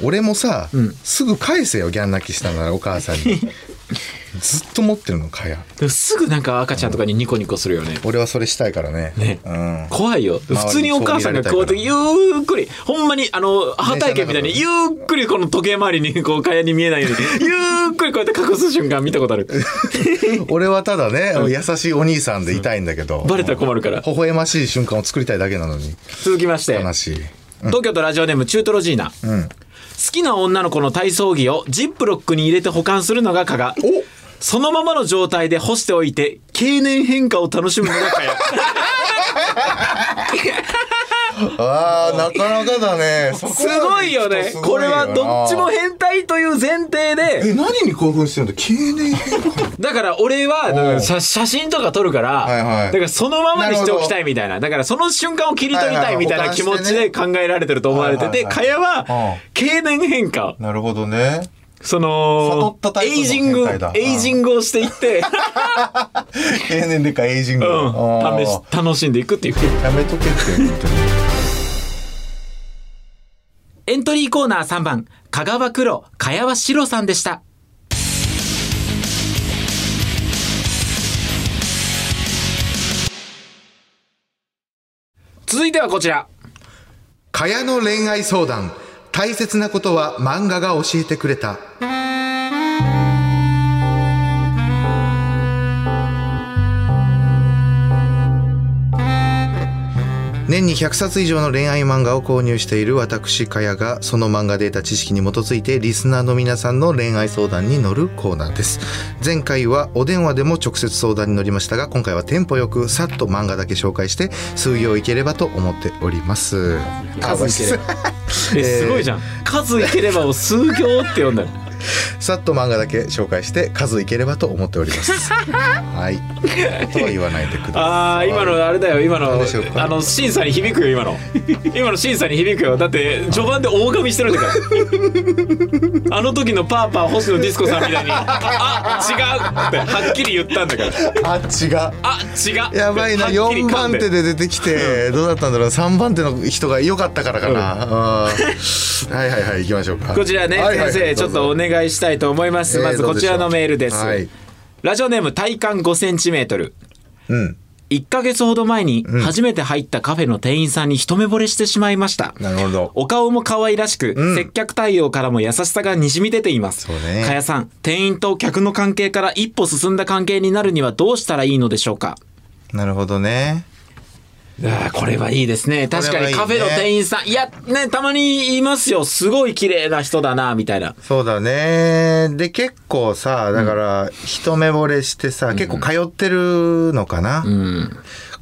[SPEAKER 2] う、
[SPEAKER 1] 俺もさ、すぐ返せよ、ギャン泣きしたならお母さん に。ずっと持ってるの、加賀。
[SPEAKER 2] でもすぐなんか赤ちゃんとかにニコニコするよね
[SPEAKER 1] 俺はそれしたいからね。
[SPEAKER 2] ね
[SPEAKER 1] うん。
[SPEAKER 2] 怖いよ普通にお母さんがこうやって
[SPEAKER 1] 周り
[SPEAKER 2] ゆっくりほんまにあの歯体験みたいにゆっくりこの時計回りにこう蚊帳に見えないようにゆっくりこうやって隠す瞬間見たことある
[SPEAKER 1] 俺はただね、優しいお兄さんでいたいんだけど。
[SPEAKER 2] バレたら困るから
[SPEAKER 1] 微笑ましい瞬間を作りたいだけなのに
[SPEAKER 2] 続きまして
[SPEAKER 1] 悲しい
[SPEAKER 2] 東京都ラジオネーム中トロジーナ、好きな女の子の体操着をジップロックに入れて保管するのが蚊が
[SPEAKER 1] お
[SPEAKER 2] そのままの状態で干しておいて経年変化を楽しむのが蚊や
[SPEAKER 1] あーなかなかだねす
[SPEAKER 2] すごいよねこれはどっちも変態という前提で
[SPEAKER 1] え何に興奮してるんだ経年変化
[SPEAKER 2] だから俺はだから写写真とか撮るから、
[SPEAKER 1] はいはい
[SPEAKER 2] だからそのままにしておきたいみたいなだからその瞬間を切り取りたいみたい
[SPEAKER 1] はい
[SPEAKER 2] な
[SPEAKER 1] はい
[SPEAKER 2] 気持ちで考えられてると思われてて
[SPEAKER 1] はい
[SPEAKER 2] か
[SPEAKER 1] はい
[SPEAKER 2] や
[SPEAKER 1] う
[SPEAKER 2] は
[SPEAKER 1] ん
[SPEAKER 2] 経年変 化
[SPEAKER 1] なるほどね
[SPEAKER 2] そ
[SPEAKER 1] 悟
[SPEAKER 2] の
[SPEAKER 1] ったタイプの
[SPEAKER 2] エイジング
[SPEAKER 1] 変態だ
[SPEAKER 2] エイジングをしてい って、
[SPEAKER 1] 経年でかエイジング、
[SPEAKER 2] うん
[SPEAKER 1] あー
[SPEAKER 2] 試し楽しんでいくっていう
[SPEAKER 1] やめとけって本当に
[SPEAKER 2] エントリーコーナー3番香川黒かやは白さんでした続いてはこちら
[SPEAKER 1] かやの恋愛相談大切なことは漫画が教えてくれた年に100冊以上の恋愛漫画を購入している私かやがその漫画で得た知識に基づいてリスナーの皆さんの恋愛相談に乗るコーナーです前回はお電話でも直接相談に乗りましたが今回はテンポよくさっと漫画だけ紹介して数行いければと思っております
[SPEAKER 2] 数いければえ
[SPEAKER 1] えー
[SPEAKER 2] すごいじゃん数いければを数行って呼んだの
[SPEAKER 1] さっと漫画だけ紹介して数いければと思っており ます。はい。とは言わないでください。
[SPEAKER 2] あー今のあれだよ今の
[SPEAKER 1] 何でしょうか
[SPEAKER 2] あの審査に響くよ今の今の審査に響くよだって序盤で大噛みしてるんだからあの時のパーパー星野ディスコさんみたいに「あ違う」ってはっきり言ったんだから
[SPEAKER 1] あっちが。
[SPEAKER 2] 「あ違う」
[SPEAKER 1] やばいな、
[SPEAKER 2] はっきり
[SPEAKER 1] 4
[SPEAKER 2] 噛ん
[SPEAKER 1] 番
[SPEAKER 2] で
[SPEAKER 1] 手で出てきて、どうだったんだろう、3番手の人が良かったからかな。あーはいはいはい、行きましょうか。
[SPEAKER 2] こちらね、
[SPEAKER 1] はいはい
[SPEAKER 2] 先生ちょっとお願いしたいと思います、
[SPEAKER 1] えー
[SPEAKER 2] まずこちらのメールです、
[SPEAKER 1] どうでしょうはい
[SPEAKER 2] ラジオネーム体感5センチメートル
[SPEAKER 1] うん。
[SPEAKER 2] 1ヶ月ほど前に初めて入ったカフェの店員さんに一目惚れしてしまいました、
[SPEAKER 1] なるほど。
[SPEAKER 2] お顔も可愛らしく、
[SPEAKER 1] ん
[SPEAKER 2] 接客対応からも優しさがにじみ出ています。
[SPEAKER 1] そうね
[SPEAKER 2] かやさん、店員と客の関係から一歩進んだ関係になるにはどうしたらいいのでしょうか
[SPEAKER 1] なるほどね。
[SPEAKER 2] あーこれはいいですね。確かにカ
[SPEAKER 1] こ
[SPEAKER 2] フ
[SPEAKER 1] れはい
[SPEAKER 2] ェ
[SPEAKER 1] いね
[SPEAKER 2] の店員さん、いや、ね、たまにいますよ。すごい綺麗な人だな、みたいな。
[SPEAKER 1] そうだね。で、結構さ、だから、一目惚れしてさ、結構通ってるのかな。
[SPEAKER 2] うん。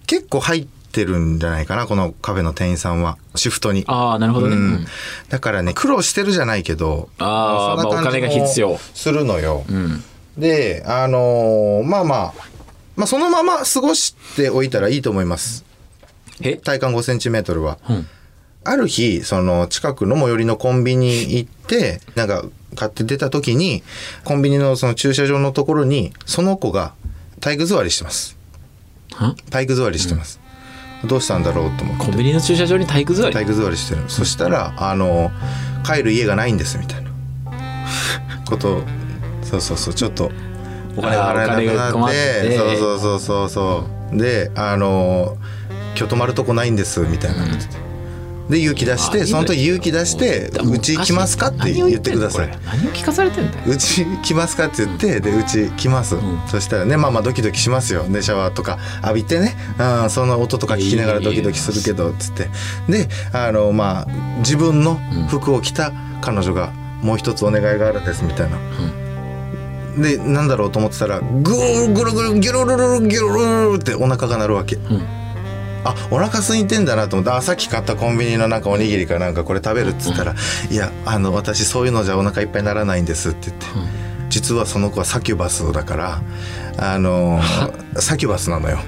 [SPEAKER 1] 結構入ってるんじゃないかな、このカフェの店員さんは。シフトに。
[SPEAKER 2] ああ、なるほどね。
[SPEAKER 1] うんだからね苦労してるじゃないけど
[SPEAKER 2] あー
[SPEAKER 1] そんな感じ
[SPEAKER 2] まあお金が必要
[SPEAKER 1] もするのよ、
[SPEAKER 2] ん
[SPEAKER 1] であのーまあまあまあそのまま過ごしておいたらいいと思います
[SPEAKER 2] え
[SPEAKER 1] 体感5センチメートルは、
[SPEAKER 2] うん
[SPEAKER 1] ある日その近くの最寄りのコンビニ行ってなんか買って出た時に、コンビニのその駐車場のところに、その子が体育座りしてます。
[SPEAKER 2] は
[SPEAKER 1] 体育座りしてます。どうしたんだろうと思って
[SPEAKER 2] コンビニの駐車場に体育座り
[SPEAKER 1] 体育座りしてるそしたら「あの帰る家がないんです」みたいなことそうそうそうちょっとお金が払えな
[SPEAKER 2] あーお金
[SPEAKER 1] く
[SPEAKER 2] が困
[SPEAKER 1] なっ
[SPEAKER 2] ってて
[SPEAKER 1] そうそうそうそうそうで「あの今日泊まるとこないんです」みたいなことで。で勇気出し
[SPEAKER 2] あい
[SPEAKER 1] て
[SPEAKER 2] いの
[SPEAKER 1] その時勇気出して「うち来ますか?」って言ってください。
[SPEAKER 2] 何を聞かされてんだよ
[SPEAKER 1] うち来ますかって言って、でうち来ます、
[SPEAKER 2] ん
[SPEAKER 1] そしたらねまあまあドキドキしますよでシャワーとか浴びてね、うん、その音とか聞きながらドキドキするけどつってであのまあ自分の服を着た彼女が「もう一つお願いがあるんです」みたいな。でなんだろうと思ってたらぐーぐるぐるギュルルルルギュルルルってお腹が鳴るわけ、
[SPEAKER 2] ん
[SPEAKER 1] あお腹空いてんだなと思ってあさっき買ったコンビニのなんかおにぎりかなんかこれ食べるっつったら「いやあの私そういうのじゃお腹いっぱいにならないんです」って言って、実はその子はサキュバスだからあのサキュバスなのよ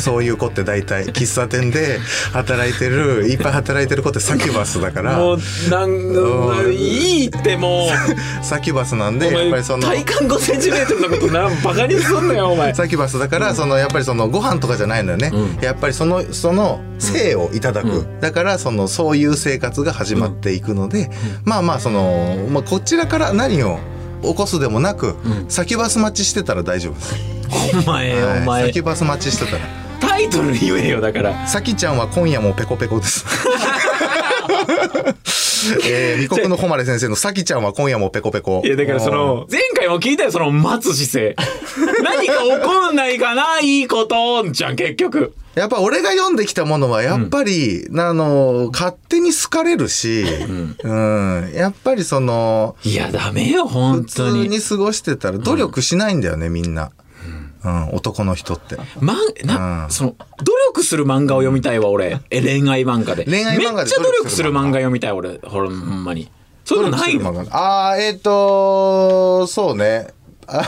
[SPEAKER 1] そういう子って大 体喫茶店で働いてるいっぱい働いてる子ってサキュバスだから
[SPEAKER 2] もうなん
[SPEAKER 1] うん
[SPEAKER 2] いいっ てもう
[SPEAKER 1] サキュバスなん
[SPEAKER 2] お
[SPEAKER 1] でやっぱ
[SPEAKER 2] 前
[SPEAKER 1] りその。
[SPEAKER 2] 体感5センチメートルのことなバカにすんなよ お前
[SPEAKER 1] サキュバスだから、そのやっぱりそのご飯とかじゃないのよね、
[SPEAKER 2] う
[SPEAKER 1] やっぱりそのその性をいただく、だからそのそういう生活が始まっていくので、まあまあその、まあ、こちらから何を起こすでもなく、サキュバス待ちしてたら大丈夫です、
[SPEAKER 2] お前
[SPEAKER 1] はい
[SPEAKER 2] お前
[SPEAKER 1] サキュバス待ちしてたら
[SPEAKER 2] タイトル言えよだから
[SPEAKER 1] サキちゃんは今夜もペコペコです えー、未国の誉先生の「サキちゃんは今夜もペコペコ」
[SPEAKER 2] いやだからその前回も聞いたよその待つ姿勢 何か起こんないかないいことじゃん結局
[SPEAKER 1] やっぱ俺が読んできたものはやっぱり、あの勝手に好かれるし、うんやっぱりその
[SPEAKER 2] いやダメよ
[SPEAKER 1] 普
[SPEAKER 2] 本
[SPEAKER 1] 通
[SPEAKER 2] 当に
[SPEAKER 1] に過ごしてたら努力しないんだよね、みんな、うん男の人って。
[SPEAKER 2] まんな、
[SPEAKER 1] うん
[SPEAKER 2] その努力する漫画を読みたいわ俺え恋愛漫画で
[SPEAKER 1] 恋愛漫画で
[SPEAKER 2] めっちゃ努
[SPEAKER 1] 努
[SPEAKER 2] 力
[SPEAKER 1] 力
[SPEAKER 2] す
[SPEAKER 1] す
[SPEAKER 2] る
[SPEAKER 1] る
[SPEAKER 2] 漫
[SPEAKER 1] 漫
[SPEAKER 2] 画読みたい俺ほらほんまにそういうのないの
[SPEAKER 1] ああえっ、とそうねあ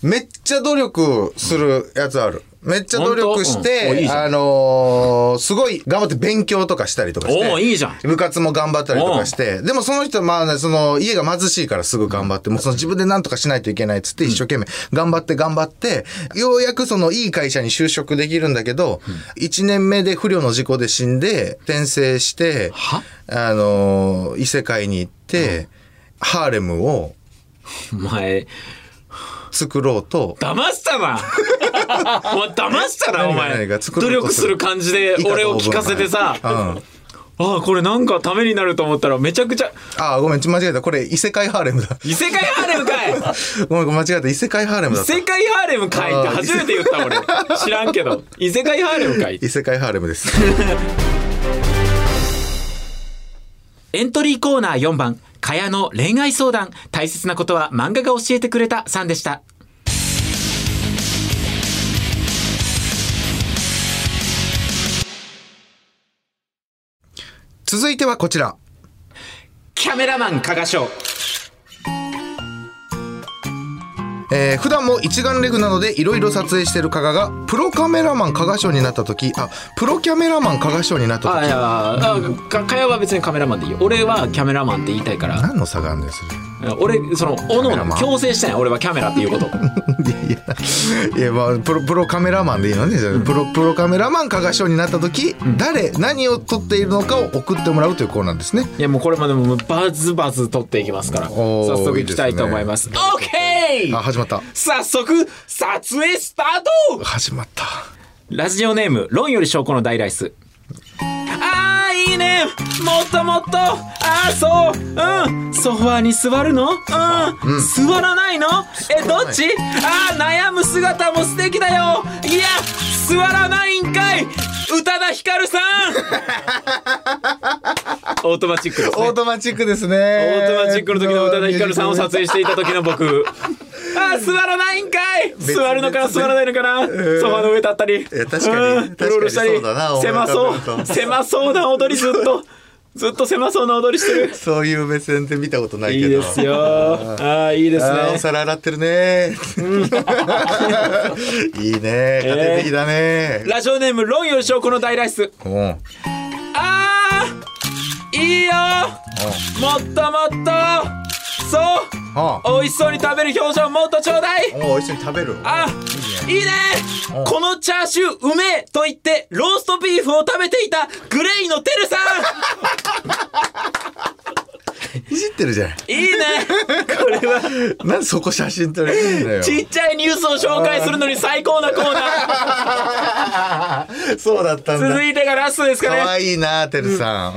[SPEAKER 1] めっちゃ努力するやつある。めっちゃ努力し
[SPEAKER 2] 本当うんおいい
[SPEAKER 1] て、
[SPEAKER 2] じゃん
[SPEAKER 1] あのーすごい頑張って勉強とかしたりとかして。
[SPEAKER 2] おおいいじゃん
[SPEAKER 1] 部活も頑張ったりとかして、でもその人、まあね、その家が貧しいからすぐ頑張って、もうその自分で何とかしないといけないっつって一生懸命頑張って頑張って、ようやくそのいい会社に就職できるんだけど、1年目で不慮の事故で死んで、転生して、
[SPEAKER 2] は
[SPEAKER 1] あのー異世界に行って、ハーレムを
[SPEAKER 2] お前
[SPEAKER 1] 作ろうと、
[SPEAKER 2] 騙した なお前騙したなお
[SPEAKER 1] 何
[SPEAKER 2] 前
[SPEAKER 1] が何が作
[SPEAKER 2] 努
[SPEAKER 1] ろう
[SPEAKER 2] 力
[SPEAKER 1] と
[SPEAKER 2] す
[SPEAKER 1] す
[SPEAKER 2] る
[SPEAKER 1] る
[SPEAKER 2] 感じで俺を聞かせてさ、
[SPEAKER 1] うん
[SPEAKER 2] ああこれなんかためになると思ったらめちゃくちゃ
[SPEAKER 1] あー、ごめん、ちょ間違えた。これ異世界ハーレムだ。
[SPEAKER 2] 異世界ハーレムかい
[SPEAKER 1] ごめん、ごめん間違えた。異世界ハーレム
[SPEAKER 2] 異
[SPEAKER 1] だった。
[SPEAKER 2] 世界ハーレムかいって初めて言った俺知らんけど異世界ハーレムかい
[SPEAKER 1] 異世界ハーレムです。
[SPEAKER 2] エントリーコーナー4番、かやの恋愛相談、大切なことは漫画が教えてくれたさんでした。
[SPEAKER 1] 続いてはこちら。
[SPEAKER 2] キャメラマン加賀賞。
[SPEAKER 1] えー普段も一眼レフなどでいろいろ撮影してる加賀がプロカメラマン加賀賞になった時あプロキャメラマン加賀賞になった
[SPEAKER 2] あ、い
[SPEAKER 1] 時
[SPEAKER 2] や、あかかやは別にカメラマンでいいよ。俺はキャメラマンって言いたいから、
[SPEAKER 1] 何の差があるん です
[SPEAKER 2] 俺、その、おの
[SPEAKER 1] メラマン
[SPEAKER 2] 強制したんや。俺はキャメラっていう こと。
[SPEAKER 1] いやまあプロプロカメラマンでいいのねじゃあプロプロカメラマン加賀賞になった時、誰何を撮っているのかを送ってもらうというコーナーですね
[SPEAKER 2] いや、もうこれまでもバズバズ撮っていきますから、
[SPEAKER 1] おー
[SPEAKER 2] 早速いきたいと思います。オッケ
[SPEAKER 1] あ
[SPEAKER 2] ー
[SPEAKER 1] 始まった
[SPEAKER 2] 早速、撮影スタート
[SPEAKER 1] 始まった
[SPEAKER 2] ラジオネーム、論より証拠の大ライス。あー、いいねもっともっとあー、そううんソファーに座るのうん、座らないのえ、
[SPEAKER 1] らない
[SPEAKER 2] どっちあー、悩む姿も素敵だよいや、座らないんかい宇多田ヒ カルさんオートマチックです、ね。
[SPEAKER 1] オートマチックですね
[SPEAKER 2] オートマチックの時の宇多田ヒカルさんを撮影していた時の僕あー座らないんかい
[SPEAKER 1] に
[SPEAKER 2] 座るのかな
[SPEAKER 1] 別に
[SPEAKER 2] 座らないのかなソファーの上立ったり
[SPEAKER 1] や確かに
[SPEAKER 2] うんうろうろしたり
[SPEAKER 1] 確かにそうだな
[SPEAKER 2] 狭そ
[SPEAKER 1] 思い浮かべ
[SPEAKER 2] う
[SPEAKER 1] ると
[SPEAKER 2] 狭そうな踊りずっとずっと狭そうな踊りしてる
[SPEAKER 1] そういう目線で見たことない
[SPEAKER 2] いいですよあーいいです
[SPEAKER 1] あーお
[SPEAKER 2] ね
[SPEAKER 1] 皿洗ってるね。 いいね。家庭的だね。
[SPEAKER 2] ラジオネームロンより証拠の大ライス
[SPEAKER 1] うんうん
[SPEAKER 2] あーいいよもっともっとそう
[SPEAKER 1] はあ
[SPEAKER 2] 美味しそうに食べる表情もっとちょうだい
[SPEAKER 1] おお一緒に食べる
[SPEAKER 2] あいいねこのチャーシューうめえと言ってローストビーフを食べていたグレイのテルさん
[SPEAKER 1] いじってるじゃない
[SPEAKER 2] いいね これは
[SPEAKER 1] なんでそこ写真撮れるんだよ
[SPEAKER 2] ちっちゃいニュースを紹介するのに最高なコーナ ー
[SPEAKER 1] そうだったんだ
[SPEAKER 2] 続いてがラストですか
[SPEAKER 1] か
[SPEAKER 2] ね
[SPEAKER 1] わいいなてるさん、う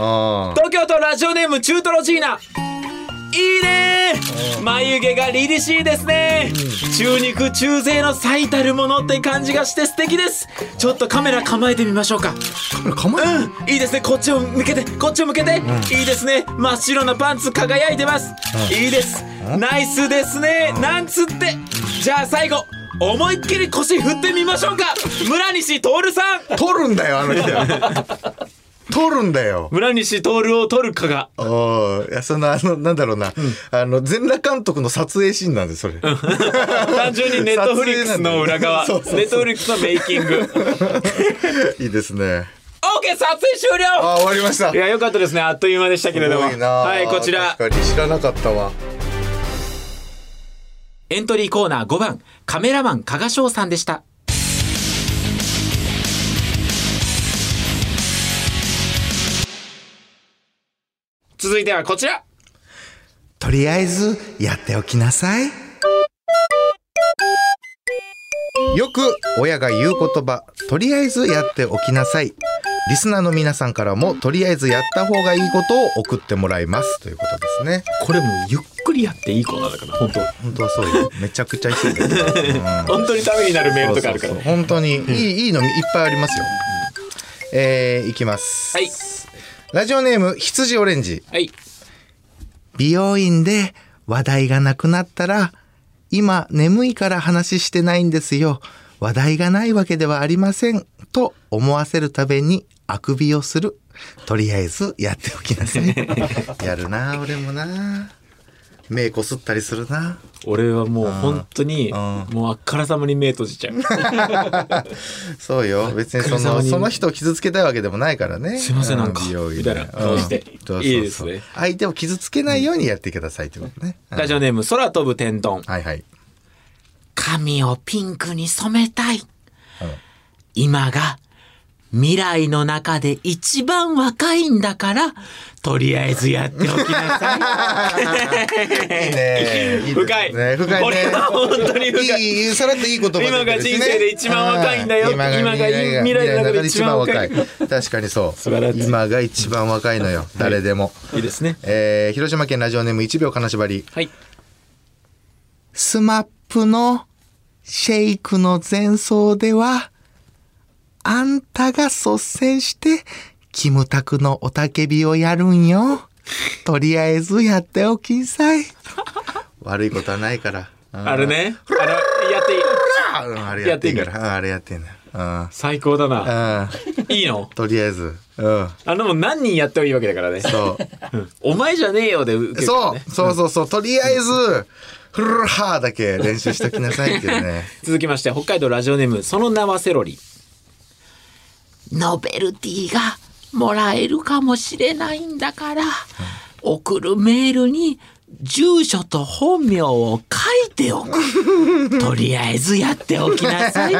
[SPEAKER 1] ん
[SPEAKER 2] 東京都ラジオネーム中トロジーナいいね眉毛が凛々しいですね中肉中背の最たるものって感じがして素敵ですちょっとカメラ構えてみましょうか
[SPEAKER 1] 構えない
[SPEAKER 2] いいですねこっちを向けてこっちを向けて、いいですね真っ白なパンツ輝いてます、いいですナイスですね、なんつってじゃあ最後思いっきり腰振ってみましょうか村西徹さん
[SPEAKER 1] 撮るんだよあの人撮るんだよ
[SPEAKER 2] 村西徹を撮る かが
[SPEAKER 1] おーいやそのあのなんだろうな、あの全裸監督の撮影シーンなんでそれ
[SPEAKER 2] 単純にネットフリックスの裏側ネ
[SPEAKER 1] 撮影なんだよそうそうそう
[SPEAKER 2] ットフリックスのメイキング OK 撮影
[SPEAKER 1] いいですね
[SPEAKER 2] 終了
[SPEAKER 1] あー終わりました
[SPEAKER 2] いや良かったですねあっという間でしたけれども
[SPEAKER 1] すごいな
[SPEAKER 2] はいこちら
[SPEAKER 1] 確かに知らなかったわ
[SPEAKER 2] エントリーコーナー5番カメラマン加賀翔さんでした続いてはこちら
[SPEAKER 1] とりあえずやっておきなさいよく親が言う言葉とりあえずやっておきなさいリスナーの皆さんからもとりあえずやった方がいいことを送ってもらいますということですね
[SPEAKER 2] これもうゆっくりやっていいコーナーだから本当
[SPEAKER 1] 本当はそうよめちゃくちゃ急いでる、うん
[SPEAKER 2] 本当にためになるメー ルとかあるから
[SPEAKER 1] そうそうそう本当にいいいいのいっぱいありますよ、えー、いきます、
[SPEAKER 2] はい
[SPEAKER 1] ラジオネーム羊オレンジ
[SPEAKER 2] はい
[SPEAKER 1] 美容院で話題がなくなったら今眠いから話してないんですよ話題がないわけではありませんと思わせるためにあくびをするとりあえずやっておきなさい やるな俺もな目こすったりするな
[SPEAKER 2] 俺はもう本当
[SPEAKER 1] ん
[SPEAKER 2] にもうあっからさまに目閉じちゃう
[SPEAKER 1] そうよ別にそ
[SPEAKER 2] あっく
[SPEAKER 1] の
[SPEAKER 2] り様に
[SPEAKER 1] その人を傷つけたいわけでもないからね
[SPEAKER 2] すいません
[SPEAKER 1] う
[SPEAKER 2] なんか
[SPEAKER 1] 美容院
[SPEAKER 2] み
[SPEAKER 1] で
[SPEAKER 2] たいな顔して
[SPEAKER 1] うんそうそうそう
[SPEAKER 2] いいですね
[SPEAKER 1] 相手を傷つけないようにやってくださいってことね、うん
[SPEAKER 2] ラジオネーム空飛ぶ天丼
[SPEAKER 1] はいはい
[SPEAKER 2] 髪をピンクに染めたい。今が未来の中で一番若いんだから、とりあえずやっておきなさい。
[SPEAKER 1] いいねいいです
[SPEAKER 2] 深い。
[SPEAKER 1] ね深いね
[SPEAKER 2] これは本当に深い。
[SPEAKER 1] いいさらっといい言葉だ
[SPEAKER 2] 今
[SPEAKER 1] った
[SPEAKER 2] が
[SPEAKER 1] ですね
[SPEAKER 2] 人生で一番若いんだよ
[SPEAKER 1] あー今が
[SPEAKER 2] 今が未来の中で一番若い
[SPEAKER 1] 未来の中で一番若い確かにそう
[SPEAKER 2] 素晴らしい
[SPEAKER 1] 今が一番若いのよ誰でも、
[SPEAKER 2] いいですね。
[SPEAKER 1] えー広島県ラジオネーム1秒金縛り
[SPEAKER 2] はい。
[SPEAKER 1] スマップのシェイクの前奏では、あんたが率先して、キムタクのおたけびをやるんよ。とりあえずやっておきんさい。悪いことはないから。
[SPEAKER 2] あれね。あれ、やっていい。
[SPEAKER 1] あうんあれやっていいから。うんあれやっていいんだようん
[SPEAKER 2] 最高だな。
[SPEAKER 1] うん。
[SPEAKER 2] いいの
[SPEAKER 1] とりあえず。うん。
[SPEAKER 2] あのもう何人やってもいいわけだからね。
[SPEAKER 1] そう。
[SPEAKER 2] うんお前じゃねえよで受けるから
[SPEAKER 1] そ
[SPEAKER 2] ね
[SPEAKER 1] うそうそうそう。とりあえず、フルハーだけ練習しときなさいっていうね。
[SPEAKER 2] 続きまして北海道ラジオネームその名はセロリノベルティがもらえるかもしれないんだから、送るメールに住所と本名を書いておく とりあえずやっておきなさい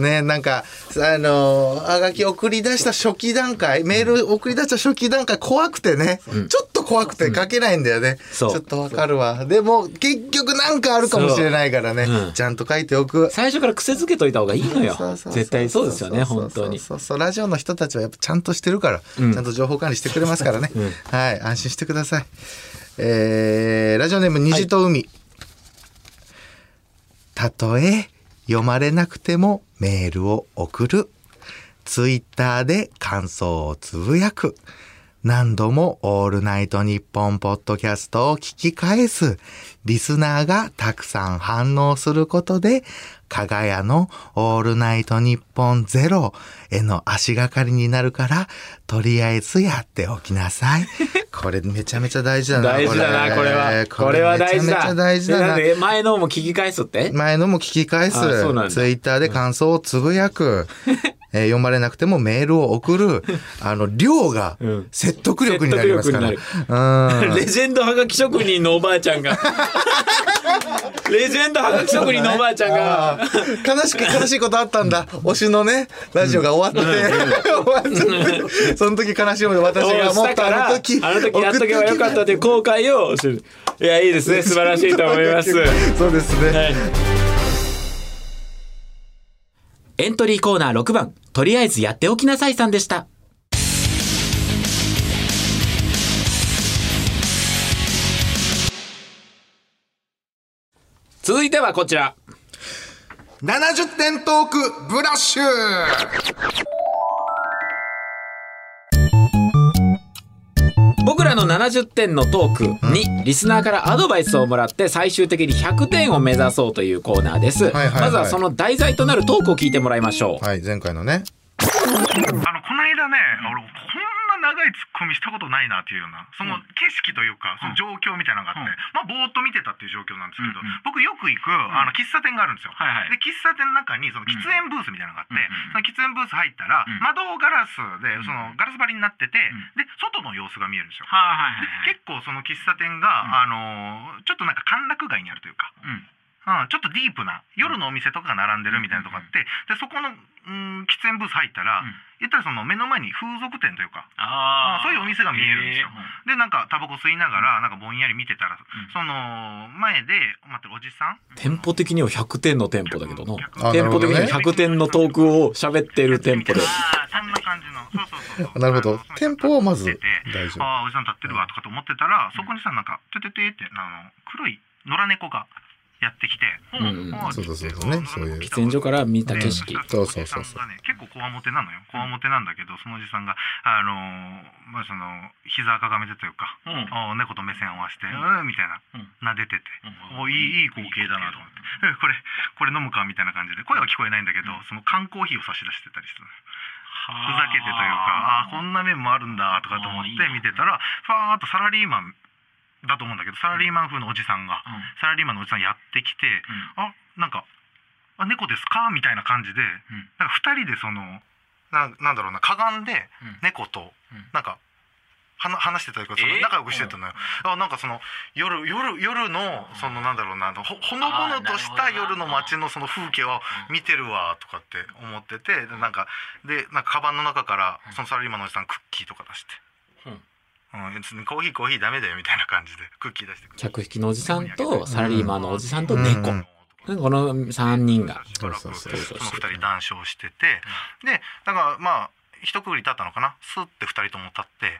[SPEAKER 1] ねなんかあのあがき送り出した初期段階メール送り出した初期段階怖くてね、ちょっと怖くて書けないんだよね、
[SPEAKER 2] そう
[SPEAKER 1] ちょっとわかるわでも結局なんかあるかもしれないからね、
[SPEAKER 2] そううん
[SPEAKER 1] ちゃんと書いておく
[SPEAKER 2] 最初から癖づけといた方がいいのよ
[SPEAKER 1] そうそうそう
[SPEAKER 2] 絶対そうですよね本当に
[SPEAKER 1] そうそうそうそうラジオの人たちはやっぱちゃんとしてるから、
[SPEAKER 2] ん
[SPEAKER 1] ちゃんと情報管理してくれますからね、はい安心してくださいえーラジオネーム虹と海、たとえ読まれなくてもメールを送るツイッターで感想をつぶやく何度も「オールナイトニッポン」ポッドキャストを聞き返すリスナーがたくさん反応することで加賀屋の「オールナイトニッポンゼロへの足がかりになるからとりあえずやっておきなさいこれめちゃめちゃ大事だな
[SPEAKER 2] 大事だなこれはこれは大事だ
[SPEAKER 1] めちゃめちゃ大事だ
[SPEAKER 2] え
[SPEAKER 1] なん
[SPEAKER 2] で前のも聞き返すって
[SPEAKER 1] 前のも聞き返す
[SPEAKER 2] あそうなんだ
[SPEAKER 1] ツイッターで感想をつぶやく、えー読まれなくてもメールを送る、あの、量が
[SPEAKER 2] うん
[SPEAKER 1] 説得力になりますから。
[SPEAKER 2] 説得
[SPEAKER 1] うん。
[SPEAKER 2] レジェンドはがき職人のおばあちゃん がレジェンドはがき職人のおばあちゃんが
[SPEAKER 1] 悲しく悲しいことあったんだ。推しのね、ラジオが終わって、終わっちゃって、その時悲しい思いで私が
[SPEAKER 2] し
[SPEAKER 1] もったと
[SPEAKER 2] から
[SPEAKER 1] あの時、
[SPEAKER 2] あの時やっとけばよかったという後悔をするいやいい ですね素晴らしいと思います、は
[SPEAKER 1] そうですね。
[SPEAKER 2] い、エントリーコーナー6番とりあえずやっておきなさいさんでした続いてはこちら
[SPEAKER 1] 70点トークブラッシュ
[SPEAKER 2] 僕らの70点のトークにリスナーからアドバイスをもらって最終的に100点を目指そうというコーナーです、
[SPEAKER 1] はいはい
[SPEAKER 2] まずはその題材となるトークを聞いてもらいましょう
[SPEAKER 1] はい、前回のね。
[SPEAKER 3] あのこの間ね、俺こんな長いツッコミしたことないなっていうようなその景色というかその状況みたいなのがあって、まあぼーっと見てたっていう状況なんですけど、僕よく行くあの喫茶店があるんですよ、で喫茶店の中にその喫煙ブースみたいなのがあって、その喫煙ブース入ったら、窓ガラスでそのガラス張りになってて、で外の様子が見えるんですよ、で結構その喫茶店が、あのーちょっとなんか歓楽街にあるというか、うん、ちょっとディープな夜のお店とかが並んでるみたいなとこあって、でそこの、うん、喫煙ブース入ったら、言ったらその目の前に風俗店というかあそういうお店が見えるんですよ、でなんかタバコ吸いながらなんかぼんやり見てたら、その前で待ってるおじさん
[SPEAKER 2] テンポ的には100点のテンポだけどな
[SPEAKER 1] あ
[SPEAKER 2] テンポ的に
[SPEAKER 1] な
[SPEAKER 2] は
[SPEAKER 1] るほ
[SPEAKER 2] 100点のトークを喋ってるテンポで
[SPEAKER 3] あーそんな感じのそうそう そうそう
[SPEAKER 1] なるほど
[SPEAKER 3] あの
[SPEAKER 1] テンポはまず
[SPEAKER 3] 立ってて
[SPEAKER 1] 大丈夫
[SPEAKER 3] ああおじさん立ってるわとかと思ってたら、そこにさなんか「ててて」ってあの黒い野良猫がやってきて、
[SPEAKER 2] うん
[SPEAKER 3] あー
[SPEAKER 1] そうそうそうそうねそういう
[SPEAKER 2] 喫煙所から見た景色
[SPEAKER 3] ね
[SPEAKER 1] そうそうそうそう
[SPEAKER 3] おじさんがね結構こわもてなのよこわもてなんだけどそのおじさんがあのーまあその膝かがめてというか、お猫と目線を合わせて「うん」みたいな、撫でて て、おいいいい光景だなと思って「えこれこれ飲むか」みたいな感じで声は聞こえないんだけど、その缶コーヒーを差し出してたりするのふざけてというかあーこんな面もあるんだとかと思って見てたらファーっとサラリーマンだと思うんだけどサラリーマン風のおじさんが、サラリーマンのおじさんやってきて、あなんかあ猫ですかみたいな感じで、なんか2人でそのななんだろうなかがんで猫となんか、はな話してたりとかその仲良くしてたのよ、あなんかその夜夜夜のそのなんだろうなあのほほのぼのとした夜の街のその風景を見てるわとかって思っててでなんかでなんかカバンの中からそのサラリーマンのおじさんクッキーとか出して。うん、別にコーヒーコーヒーダメだよみたいな感じでクッキー出してくる
[SPEAKER 2] 客引きのおじさんとサラリーマンのおじさんと猫、
[SPEAKER 1] うん
[SPEAKER 2] この3人が
[SPEAKER 1] そうそうそう
[SPEAKER 3] その二人談笑してて、でだからまあ一区切り立ったのかなスッて二人とも立って、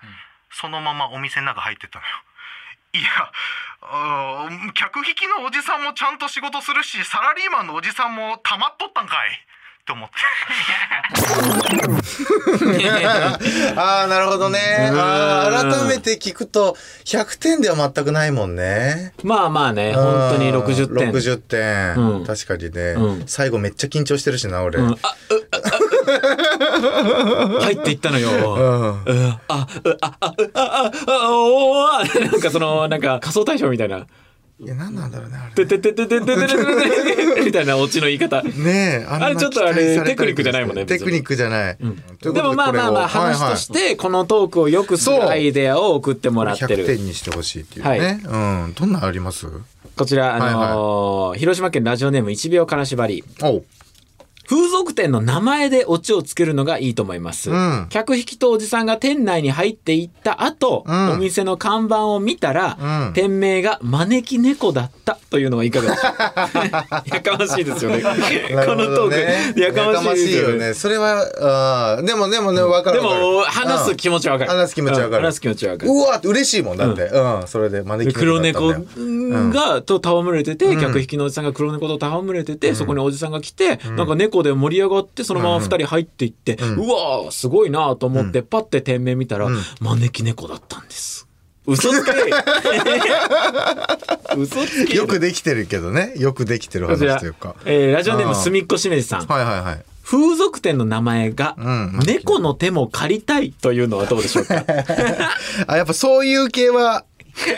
[SPEAKER 3] そのままお店の中入ってったのよ。いやあー客引きのおじさんもちゃんと仕事するしサラリーマンのおじさんもたまっとったんかいって思って
[SPEAKER 1] ああ、なるほどね。あー改めて聞くと、100点では全くないもんね。
[SPEAKER 2] まあまあね本当に60点、
[SPEAKER 1] 60点。
[SPEAKER 2] うん
[SPEAKER 1] 確かにね、
[SPEAKER 2] うん
[SPEAKER 1] 最後めっちゃ緊張してるしな、俺。
[SPEAKER 2] う
[SPEAKER 1] うんん。
[SPEAKER 2] あうああ入っていったのよ、うんあ、うあ、あ、うあ、あ、あ、おーなんかその、なんか仮想大賞みたいな。
[SPEAKER 1] いや、何なんだろうね、あ
[SPEAKER 2] て
[SPEAKER 1] れ。
[SPEAKER 2] てててててててててみたいなオチの言い方。
[SPEAKER 1] ねえ、あんな
[SPEAKER 2] あれちょっとあれ
[SPEAKER 1] 期待さたり
[SPEAKER 2] テクニックじゃないもんね
[SPEAKER 1] テクニックじゃない。ということ
[SPEAKER 2] でもまあまあまあ
[SPEAKER 1] これを
[SPEAKER 2] 話として、このトークをよくするアイデアを送ってもらって
[SPEAKER 1] 100
[SPEAKER 2] る。
[SPEAKER 1] 点にしてほしいっていうね。うん。どんなのあります
[SPEAKER 2] こちら、あのー、広島県ラジオネーム1秒金縛り。
[SPEAKER 1] おう
[SPEAKER 2] 風俗店の名前でオチをつけるのがいいと思います。
[SPEAKER 1] うん
[SPEAKER 2] 客引きとおじさんが店内に入っていった後、
[SPEAKER 1] うん
[SPEAKER 2] お店の看板を見たら、
[SPEAKER 1] うん
[SPEAKER 2] 店名が招き猫だったというのはいかがで しょうかやかましいですよね。こ
[SPEAKER 1] なるほ
[SPEAKER 2] の
[SPEAKER 1] ど
[SPEAKER 2] ト
[SPEAKER 1] ね
[SPEAKER 2] ーク、やかましいですよね。
[SPEAKER 1] ね。それは、あーでもでもね、わか
[SPEAKER 2] で
[SPEAKER 1] るわかる。
[SPEAKER 2] も、話す気持ちはわかる。
[SPEAKER 1] うん話す気持ちわかる
[SPEAKER 2] うん話す気持ちわかる。
[SPEAKER 1] うわーって嬉しいもんだって。うん、それで招き
[SPEAKER 2] 黒
[SPEAKER 1] 猫
[SPEAKER 2] 猫
[SPEAKER 1] だったんだよ。
[SPEAKER 2] が、と戯れてて、客引きのおじさんが黒猫と戯れてて、そこにおじさんが来て、なんか猫で盛り上がって、そのまま二人入っていって、うわー、すごいなーと思って、パッて店名見たら、招き猫だったんです。嘘つけ嘘つけ
[SPEAKER 1] よくできてるけどね。よくできてる
[SPEAKER 2] こちら
[SPEAKER 1] 話というか。
[SPEAKER 2] えーラジオネームすみっこしめじさん。
[SPEAKER 1] はいはいはい。
[SPEAKER 2] 風俗店の名前が
[SPEAKER 1] うん、
[SPEAKER 2] 猫の手も借りたいというのはどうでしょうか
[SPEAKER 1] あ、やっぱそういう系は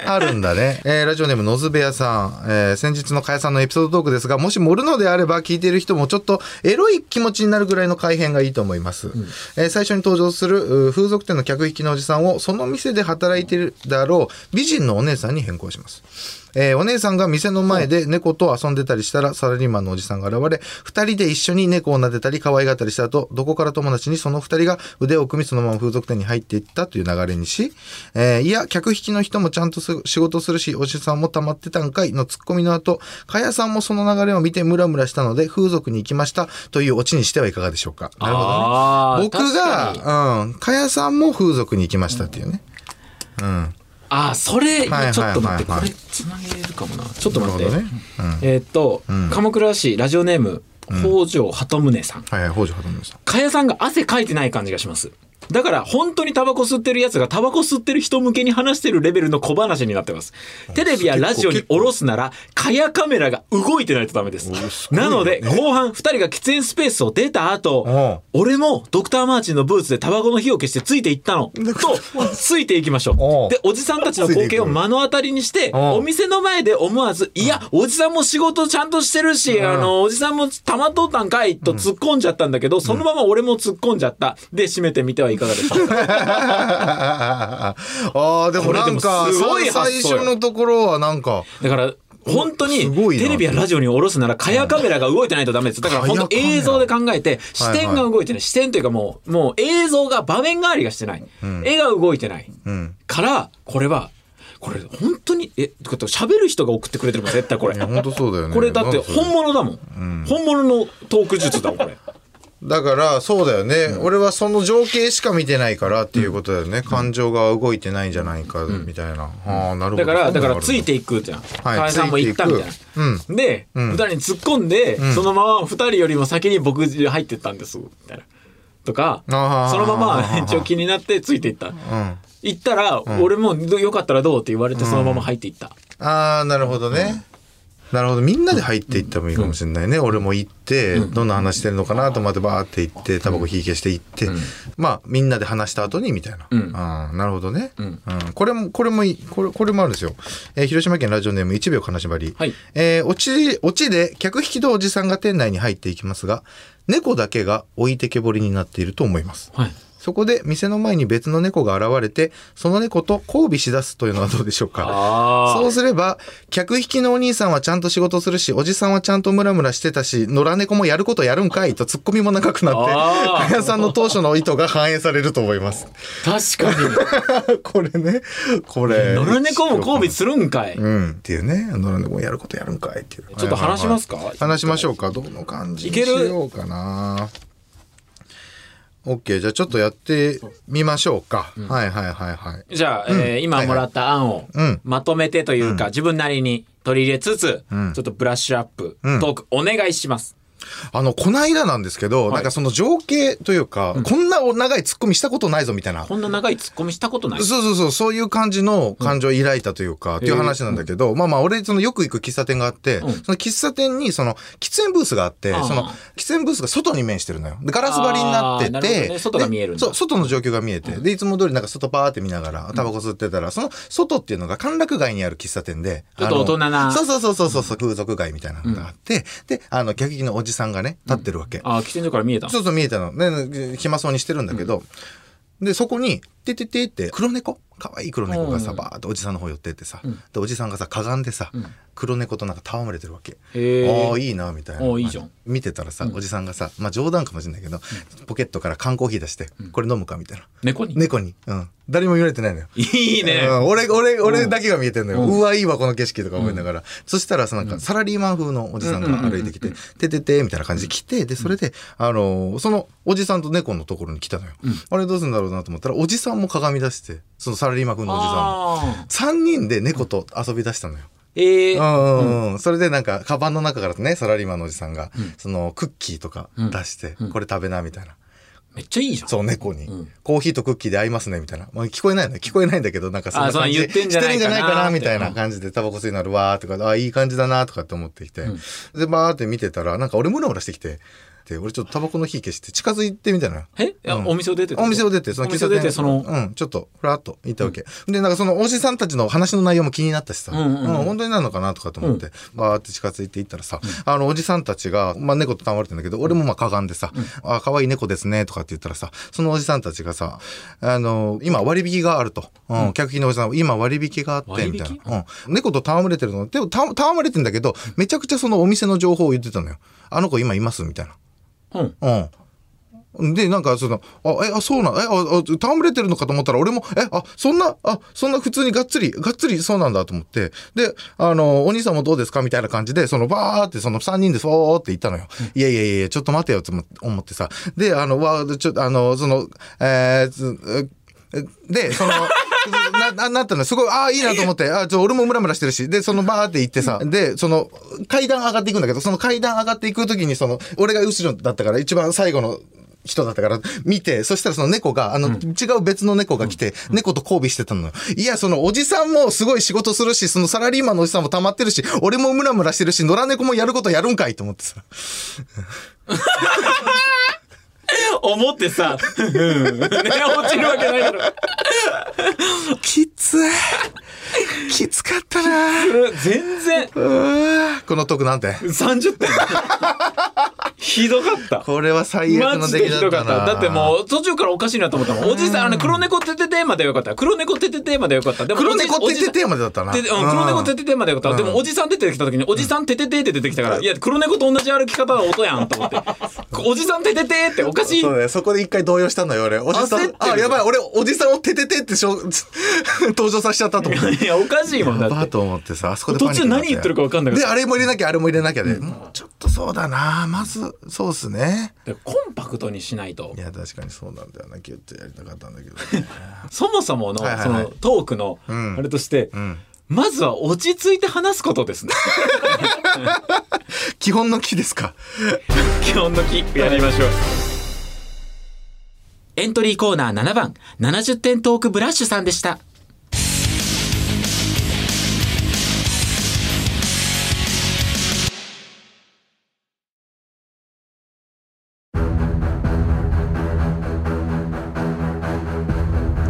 [SPEAKER 1] あるんだね。えーラジオネームのずべやさん、えー先日のかやさんのエピソードトークですが、もし盛るのであれば、聞いている人もちょっとエロい気持ちになるぐらいの改変がいいと思います。えー最初に登場するうー風俗店の客引きのおじさんを、その店で働いているだろう美人のお姉さんに変更します。えーお姉さんが店の前で猫と遊んでたりしたら、サラリーマンのおじさんが現れ、二人で一緒に猫を撫でたり可愛がったりした後、どこから友達にその二人が腕を組みそのまま風俗店に入っていったという流れにし、えーいや、客引きの人もちゃんとす仕事するし、おじさんも溜まってたんかいのツッコミの後、かやさんもその流れを見てムラムラしたので、風俗に行きましたというオチにしてはいかがでしょうか。なるほどね。
[SPEAKER 2] あー
[SPEAKER 1] 僕
[SPEAKER 2] 確かに
[SPEAKER 1] が、うん、かやさんも風俗に行きましたっていうね。うん。
[SPEAKER 2] あーそれ、
[SPEAKER 1] はいはい
[SPEAKER 2] ちょっと待って、
[SPEAKER 1] はいは
[SPEAKER 2] これ
[SPEAKER 1] い
[SPEAKER 2] つなげれるかもなちょっと
[SPEAKER 1] なる
[SPEAKER 2] 待っ
[SPEAKER 1] ほ
[SPEAKER 2] て、
[SPEAKER 1] どね。うん。
[SPEAKER 2] えーっと、
[SPEAKER 1] うん
[SPEAKER 2] 鎌倉市ラジオネーム北条鳩宗さん
[SPEAKER 1] はいはい、北条畑村さん。
[SPEAKER 2] かやさんが汗かいてない感じがしますだから本当にタバコ吸ってるやつがタバコ吸ってる人向けに話してるレベルの小話になってますテレビやラジオに下ろすならかやカメラが動いてないとダメですなので後半2人が喫煙スペースを出た後俺もドクターマーチンのブーツでタバコの火を消してついていったのとついていきましょ
[SPEAKER 1] おう
[SPEAKER 2] うでおじさんたちの光景を目の当たりにして
[SPEAKER 1] おう
[SPEAKER 2] お店の前で思わず「いやおじさんも仕事ちゃんとしてるしあのおじさんもたまっとったんかい」と突っ込んじゃったんだけどそのまま俺も突っ込んじゃったで締めてみてはいかがでしょうか
[SPEAKER 1] ああ、でもなん
[SPEAKER 2] こ
[SPEAKER 1] か、
[SPEAKER 2] れでもすごい
[SPEAKER 1] さ
[SPEAKER 2] 発
[SPEAKER 1] 最
[SPEAKER 2] 想よ
[SPEAKER 1] 初のところはなんか、
[SPEAKER 2] だから本当に
[SPEAKER 1] すごいな
[SPEAKER 2] テレビやラジオに下ろすならカヤカメラが動いてないとダメですだから本当
[SPEAKER 1] カヤカメラ
[SPEAKER 2] 映像で考えて視点が動いてない視点というかもうもう映像が場面代わりがしてない絵が動いてない
[SPEAKER 1] うん。
[SPEAKER 2] からこれはこれ本当にえってこと喋る人が送ってくれてるもん絶対これ
[SPEAKER 1] いや、本当そうだよね。
[SPEAKER 2] これだって
[SPEAKER 1] なんかそれ
[SPEAKER 2] 本物だもん、本物のトーク術だもんこれ
[SPEAKER 1] だから、そうだよね、俺はその情景しか見てないからっていうことだよね。感情が動いてないんじゃないか、みたいな。ああ、なるほど。
[SPEAKER 2] だから
[SPEAKER 1] そ
[SPEAKER 2] だ
[SPEAKER 1] うな
[SPEAKER 2] か
[SPEAKER 1] の
[SPEAKER 2] らついていくじゃん
[SPEAKER 1] あるんだ
[SPEAKER 2] 河合さんも行ったみたいな
[SPEAKER 1] つてくうん。
[SPEAKER 2] で、二
[SPEAKER 1] ん
[SPEAKER 2] 人に突っ込んで、そのまま二人よりも先に僕入ってったんですみたいなとかそ
[SPEAKER 1] あー
[SPEAKER 2] のまま一応気になってついていった
[SPEAKER 1] うん。
[SPEAKER 2] 行ったら、俺もどよかったらどうって言われてそのまま入っていった、
[SPEAKER 1] ああ、なるほどね。なるほどみんなで入っていってもいいかもしれないね、俺も行って、どんな話してるのかなと思ってバーって行ってタバコ火消して行って、まあみんなで話した後にみたいな、
[SPEAKER 2] ん
[SPEAKER 1] あーなるほどね、
[SPEAKER 2] ん
[SPEAKER 1] うんこれもこれもいいこれこれもあるんですよ、えー広島県ラジオネーム1秒金縛り、
[SPEAKER 2] はい
[SPEAKER 1] えーオチオチで客引きとおじさんが店内に入っていきますが猫だけが置いてけぼりになっていると思います
[SPEAKER 2] はい
[SPEAKER 1] そこで店の前に別の猫が現れてその猫と交尾しだすというのはどうでしょうか
[SPEAKER 2] あ
[SPEAKER 1] そうすれば、客引きのお兄さんはちゃんと仕事するし、おじさんはちゃんとムラムラしてたし、野良猫もやることやるんかいとツッコミも長くな
[SPEAKER 2] あ
[SPEAKER 1] っ
[SPEAKER 2] ー
[SPEAKER 1] て、かやさんの当初の意図が反映されると思います。
[SPEAKER 2] ー確かに
[SPEAKER 1] これね、これ。
[SPEAKER 2] 野良猫も交尾するんかい、
[SPEAKER 1] うん、っていうね。野良猫もやることやるんかいっていう。
[SPEAKER 2] ちょっと話しますか、
[SPEAKER 1] 話しましょうか。どの感じ
[SPEAKER 2] い
[SPEAKER 1] に
[SPEAKER 2] け
[SPEAKER 1] し
[SPEAKER 2] る
[SPEAKER 1] ようかな。OK。じゃあちょっとやってみましょうか。はいはいはいはい。
[SPEAKER 2] じゃあ、えー今もらった案を
[SPEAKER 1] うん
[SPEAKER 2] まとめてというか、自分なりに取り入れつつ、
[SPEAKER 1] ん
[SPEAKER 2] ちょっとブラッシュアップ、
[SPEAKER 1] ん
[SPEAKER 2] トークお願いします。
[SPEAKER 1] あの、こないだなんですけど、
[SPEAKER 2] い
[SPEAKER 1] なんかその情景というか、こんなお長いツッコミしたことないぞみたいな。
[SPEAKER 2] こんな長いツッコミしたことない。
[SPEAKER 1] そうそうそう、そういう感じの感情を抱いたというか、っていう話なんだけど、まあまあ、俺、そのよく行く喫茶店があって、
[SPEAKER 2] ん
[SPEAKER 1] その喫茶店に、その、喫煙ブースがあって、
[SPEAKER 2] ああ
[SPEAKER 1] その、喫煙ブースが外に面してるのよ。で、ガラス張りになって
[SPEAKER 2] ああなるほ
[SPEAKER 1] て、
[SPEAKER 2] どね外が見えるんだ
[SPEAKER 1] でそう、外の状況が見えて、で、いつも通りなんか外パーって見ながら、タバコ吸ってたら、その外っていうのが歓楽街にある喫茶店で、
[SPEAKER 2] ちょっと大人な
[SPEAKER 1] あのそうそうそうそうそう、風俗街みたいなのがあって、で、あの、客引きのおじさんがね、立ってるわけ。
[SPEAKER 2] ああ、喫煙所から見えた。
[SPEAKER 1] そうそう見えたの。ね、暇そうにしてるんだけど、で、そこに、てててって、黒猫可愛い黒猫がさ、
[SPEAKER 2] うん
[SPEAKER 1] ばーっとおじさんの方寄ってってさ、
[SPEAKER 2] ん
[SPEAKER 1] で、おじさんがさ、かがんでさ、
[SPEAKER 2] ん
[SPEAKER 1] 黒猫となんか戯れてるわけ。
[SPEAKER 2] へー
[SPEAKER 1] ああ、いいな、みたいな。
[SPEAKER 2] おーいいじゃん
[SPEAKER 1] 見てたらさ、おじさんがさ、まあ冗談かもしれないけど、ポケットから缶コーヒー出して、これ飲むかみたいな。
[SPEAKER 2] 猫に。
[SPEAKER 1] 猫に。うん。誰も言われてないのよ。
[SPEAKER 2] いいね。
[SPEAKER 1] うん、俺、俺、俺だけが見えてんのよ。
[SPEAKER 2] うん
[SPEAKER 1] うわ、いいわ、この景色とか思いながら。そしたら、さ、なんか、サラリーマン風のおじさんが歩いてきて、ててて、みたいな感じで来て、で、それで、あのー、そのおじさんと猫のところに来たのよ。あれどうするんだろうなと思ったら、おじさんも鏡出して、そのサラリーマン風のおじさんも。
[SPEAKER 2] ああ。
[SPEAKER 1] 3人で猫と遊び出したのよ。
[SPEAKER 2] ええ
[SPEAKER 1] うんうんうん、それでなんかカバンの中からねサラリーマンのおじさんが、そのクッキーとか出して、これ食べなみたいな、
[SPEAKER 2] めっちゃいいじゃん。
[SPEAKER 1] そう、猫に、
[SPEAKER 2] うん
[SPEAKER 1] コーヒーとクッキーで合いますね、みたいな。まあ、聞こえないのよ聞こえないんだけど、なんかそんな感じ
[SPEAKER 2] あそう言ってんじゃない
[SPEAKER 1] し
[SPEAKER 2] かな
[SPEAKER 1] てるんじゃないかな、みたい
[SPEAKER 2] っ
[SPEAKER 1] な
[SPEAKER 2] て
[SPEAKER 1] 感じで、タバコ吸いなるわーとか、あ、いい感じだなとかって思ってきて、で、バーって見てたら、なんか俺ムラムラしてきて、って、俺ちょっとタバコの火消して近づいてみたいな。
[SPEAKER 2] え、あ
[SPEAKER 1] うん
[SPEAKER 2] お店を出て
[SPEAKER 1] お店を
[SPEAKER 2] 出
[SPEAKER 1] 出て、その
[SPEAKER 2] お店を出てその
[SPEAKER 1] うん、ちょっと、ふらっと行ったわけ。で、なんかその、おじさんたちの話の内容も気になったしさ、
[SPEAKER 2] う
[SPEAKER 1] うんん
[SPEAKER 2] うんうん
[SPEAKER 1] 本当になるのかなとかと思って、バーって近づいていったらさ、あの、おじさんたちが、まあ、猫と戯れてんだけど、俺もまあ、かがんでさ、あ、可愛い猫ですね、とかって言ったらさ、そのおじさんたちがさ、あの、今割引があると。うん、客引きのおじさん、今割引があって、みたい
[SPEAKER 2] 割
[SPEAKER 1] な。うん。猫と戯れてるの、でも、た戯れてんだけど、めちゃくちゃそのお店の情報を言ってたのよ。あの子今います、みたいな。
[SPEAKER 2] うん。うん。
[SPEAKER 1] うん。で、なんかその、あ、え、あ、そうなん、え、あ、あ、戯れてるのかと思ったら、俺も、え、あ、そんな、あ、そんな普通にがっつり、がっつりそうなんだと思って、で、あの、お兄さんもどうですかみたいな感じで、その、バーって、その3人で、そうーって言ったのよ。いやいやいや、ちょっと待てよ、と思思ってさ。で、あの、わー、ちょっと、あの、その、えーつ、えで、その、 な、な、なったの、すごい、ああ、いいなと思 って、ああ、ちょ、俺もムラムラしてるし、で、そのバーって行ってさ、で、その、階段上がっていくんだけど、その階段上がっていくときに、その、俺が後ろだったから、一番最後の、人だったから見て、そしたらその猫が、あの、違う別の猫が来て、猫と交尾してたのよ。いや、そのおじさんもすごい仕事するし、そのサラリーマンのおじさんも溜まってるし、俺もムラムラしてるし、野良猫もやることやるんかいと思ってさ。
[SPEAKER 2] 思って さ、うん。ね、落ちるわけないだろ。
[SPEAKER 1] きつい。きつかったな
[SPEAKER 2] それ全然、
[SPEAKER 1] うーこのトークなんて。
[SPEAKER 2] 30点。 ひどかった。
[SPEAKER 1] これは最悪
[SPEAKER 2] マ
[SPEAKER 1] の
[SPEAKER 2] ジ
[SPEAKER 1] 出
[SPEAKER 2] で
[SPEAKER 1] 来
[SPEAKER 2] ひ
[SPEAKER 1] だ
[SPEAKER 2] ど
[SPEAKER 1] っ
[SPEAKER 2] か
[SPEAKER 1] た
[SPEAKER 2] った。
[SPEAKER 1] な。
[SPEAKER 2] だってもう途中からおかしいなと思ったもん。おじさん、あの、黒猫てててまでよかった。黒猫てててまでよかった。でも
[SPEAKER 1] 黒猫
[SPEAKER 2] お
[SPEAKER 1] っ
[SPEAKER 2] じ
[SPEAKER 1] て
[SPEAKER 2] さん
[SPEAKER 1] てテーマでだったな。
[SPEAKER 2] で、うん、黒猫
[SPEAKER 1] う
[SPEAKER 2] て
[SPEAKER 1] ん
[SPEAKER 2] ててまでよかった。でも、おじさん出てきた時に、おじさんてててって出てきたから、いや、黒猫と同じ歩き方は音やんと思って。おじさんてててっておかしい
[SPEAKER 1] そうだよ。そこで一回動揺したのよ、俺。おじさ
[SPEAKER 2] 焦って
[SPEAKER 1] ん
[SPEAKER 2] る。
[SPEAKER 1] あ、やばい。俺、おじさんをてててってし ょ登場させちゃったと思って。
[SPEAKER 2] いや、おかしいもんだ
[SPEAKER 1] や
[SPEAKER 2] っ
[SPEAKER 1] ば
[SPEAKER 2] て。
[SPEAKER 1] と思ってさ、あそこで
[SPEAKER 2] 途中何言ってるか分かんな
[SPEAKER 1] ないい。で、あれも入れなきゃ、あれも入れなきゃで。もうちょっとそうだな。まず、そうっすね。
[SPEAKER 2] コンパクトにしないと
[SPEAKER 1] い。や、確かにそうなんだよな。ギュッとやりたかったんだけど。
[SPEAKER 2] そもそもの、
[SPEAKER 1] はいはい
[SPEAKER 2] そ
[SPEAKER 1] はい
[SPEAKER 2] の、トークの、
[SPEAKER 1] ん
[SPEAKER 2] あれとして、
[SPEAKER 1] うん。
[SPEAKER 2] まずは落ち着いて話すことですね。
[SPEAKER 1] 基本の木ですか。
[SPEAKER 2] 基本の木やりましょう。エントリーコーナー7番、70点トークブラッシュさんでした。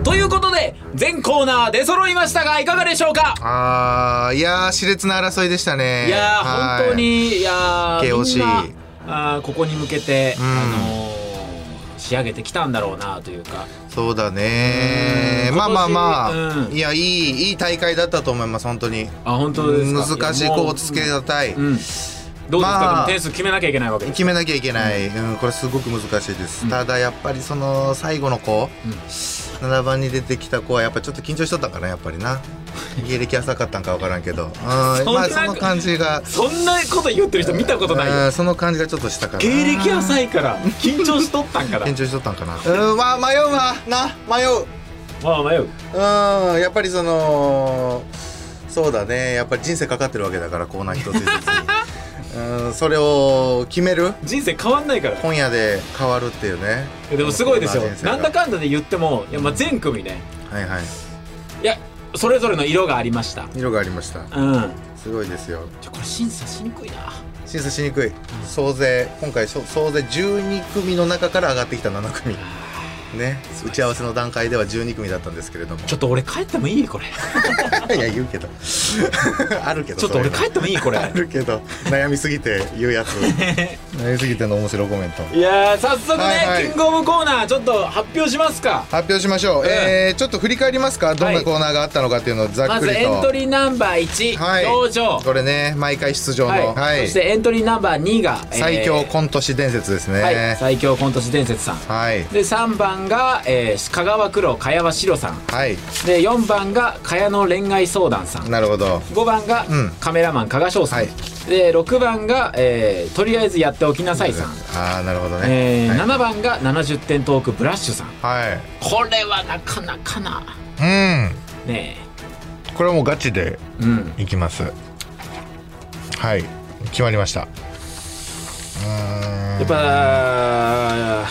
[SPEAKER 2] ということで、全コーナー出揃いましたが、いかがでしょうか
[SPEAKER 1] あー、いやー、熾烈な争いでしたね。
[SPEAKER 2] いやー
[SPEAKER 1] はい
[SPEAKER 2] 本当。にいやー
[SPEAKER 1] KOC
[SPEAKER 2] みんなあーここに向けて、
[SPEAKER 1] うん
[SPEAKER 2] あのー仕上げてきたんだろうなというか
[SPEAKER 1] そうだね
[SPEAKER 2] うん
[SPEAKER 1] まあまあまあ、
[SPEAKER 2] うん
[SPEAKER 1] いやいいいい大会だったと思います本当に
[SPEAKER 2] あ本当ですか
[SPEAKER 1] 難しい
[SPEAKER 2] やもう
[SPEAKER 1] コーツけがたい、
[SPEAKER 2] うんどうですか、
[SPEAKER 1] まあ
[SPEAKER 2] でも点数決めなきゃいけないわけです
[SPEAKER 1] 決めなきゃいけない、うんこれすごく難しいです、ただやっぱりその最後の子、
[SPEAKER 2] うん
[SPEAKER 1] 7番に出てきた子はやっぱちょっと緊張しとったんかなやっぱり な芸歴浅かったんか分からんけど、うん、ま
[SPEAKER 2] そんな
[SPEAKER 1] あその感じが、
[SPEAKER 2] そんなこと言ってる人見たことないよ
[SPEAKER 1] うん、その感じがちょっとしたかな
[SPEAKER 2] 芸歴浅いから緊張しとったんから
[SPEAKER 1] 緊張しとったんかなうんまあ迷うわな迷う
[SPEAKER 2] まあ迷う
[SPEAKER 1] うんやっぱりそのそうだねやっぱり人生かかってるわけだからコーナー一つ一 つにうんそれを決める
[SPEAKER 2] 人生変わんないから
[SPEAKER 1] 今夜で変わるっていうね
[SPEAKER 2] でもすごいですよ
[SPEAKER 1] この人生が
[SPEAKER 2] なんだかんだで言ってもいや、まあ、全組ね
[SPEAKER 1] はいはい
[SPEAKER 2] いやそれぞれの色がありました
[SPEAKER 1] 色がありました
[SPEAKER 2] うん
[SPEAKER 1] すごいですよ
[SPEAKER 2] ちょこれ審査しにくいな
[SPEAKER 1] 審査しにくい総勢今回そ総勢12組の中から上がってきた7組ね打ち合わせの段階では12組だったんですけれども
[SPEAKER 2] ちょっと俺帰ってもいいこれ
[SPEAKER 1] いや言うけど あるけど
[SPEAKER 2] ちょっと俺
[SPEAKER 1] そう
[SPEAKER 2] 帰
[SPEAKER 1] いう
[SPEAKER 2] ってもいいこれ
[SPEAKER 1] のあるけど悩みすぎて言うやつ悩みすぎての面白いコメント
[SPEAKER 2] いやー早速ね、
[SPEAKER 1] はいはい
[SPEAKER 2] キングオブコーナーちょっと発表しますか
[SPEAKER 1] 発表しましょう、
[SPEAKER 2] ん
[SPEAKER 1] えーちょっと振り返りますかどんなコーナーがあったのかっていうのをざっ
[SPEAKER 2] ま
[SPEAKER 1] く
[SPEAKER 2] ず
[SPEAKER 1] りと、
[SPEAKER 2] エントリーナンバー1、
[SPEAKER 1] はい
[SPEAKER 2] 表情
[SPEAKER 1] これね毎回出場の、
[SPEAKER 2] はい、
[SPEAKER 1] はい
[SPEAKER 2] そしてエントリーナンバー2が、えー
[SPEAKER 1] 最強コント師伝説ですね
[SPEAKER 2] はい、最強コント師伝説さん
[SPEAKER 1] はい
[SPEAKER 2] で3番が、えー香川黒茅場白さん
[SPEAKER 1] はい、
[SPEAKER 2] で4番が茅野恋愛相談さん
[SPEAKER 1] なるほど
[SPEAKER 2] 5番が、
[SPEAKER 1] うん
[SPEAKER 2] カメラマン加賀翔さん、
[SPEAKER 1] はい
[SPEAKER 2] で6番が、えーとりあえずやっておきなさいさん、
[SPEAKER 1] ああなるほどね、
[SPEAKER 2] えー
[SPEAKER 1] はい
[SPEAKER 2] 7番が70点トークブラッシュさん
[SPEAKER 1] はい
[SPEAKER 2] これはなかなかな
[SPEAKER 1] う
[SPEAKER 2] ね
[SPEAKER 1] んこれはもうガチで
[SPEAKER 2] えうん
[SPEAKER 1] いきますはい決まりましたうーん
[SPEAKER 2] やっぱ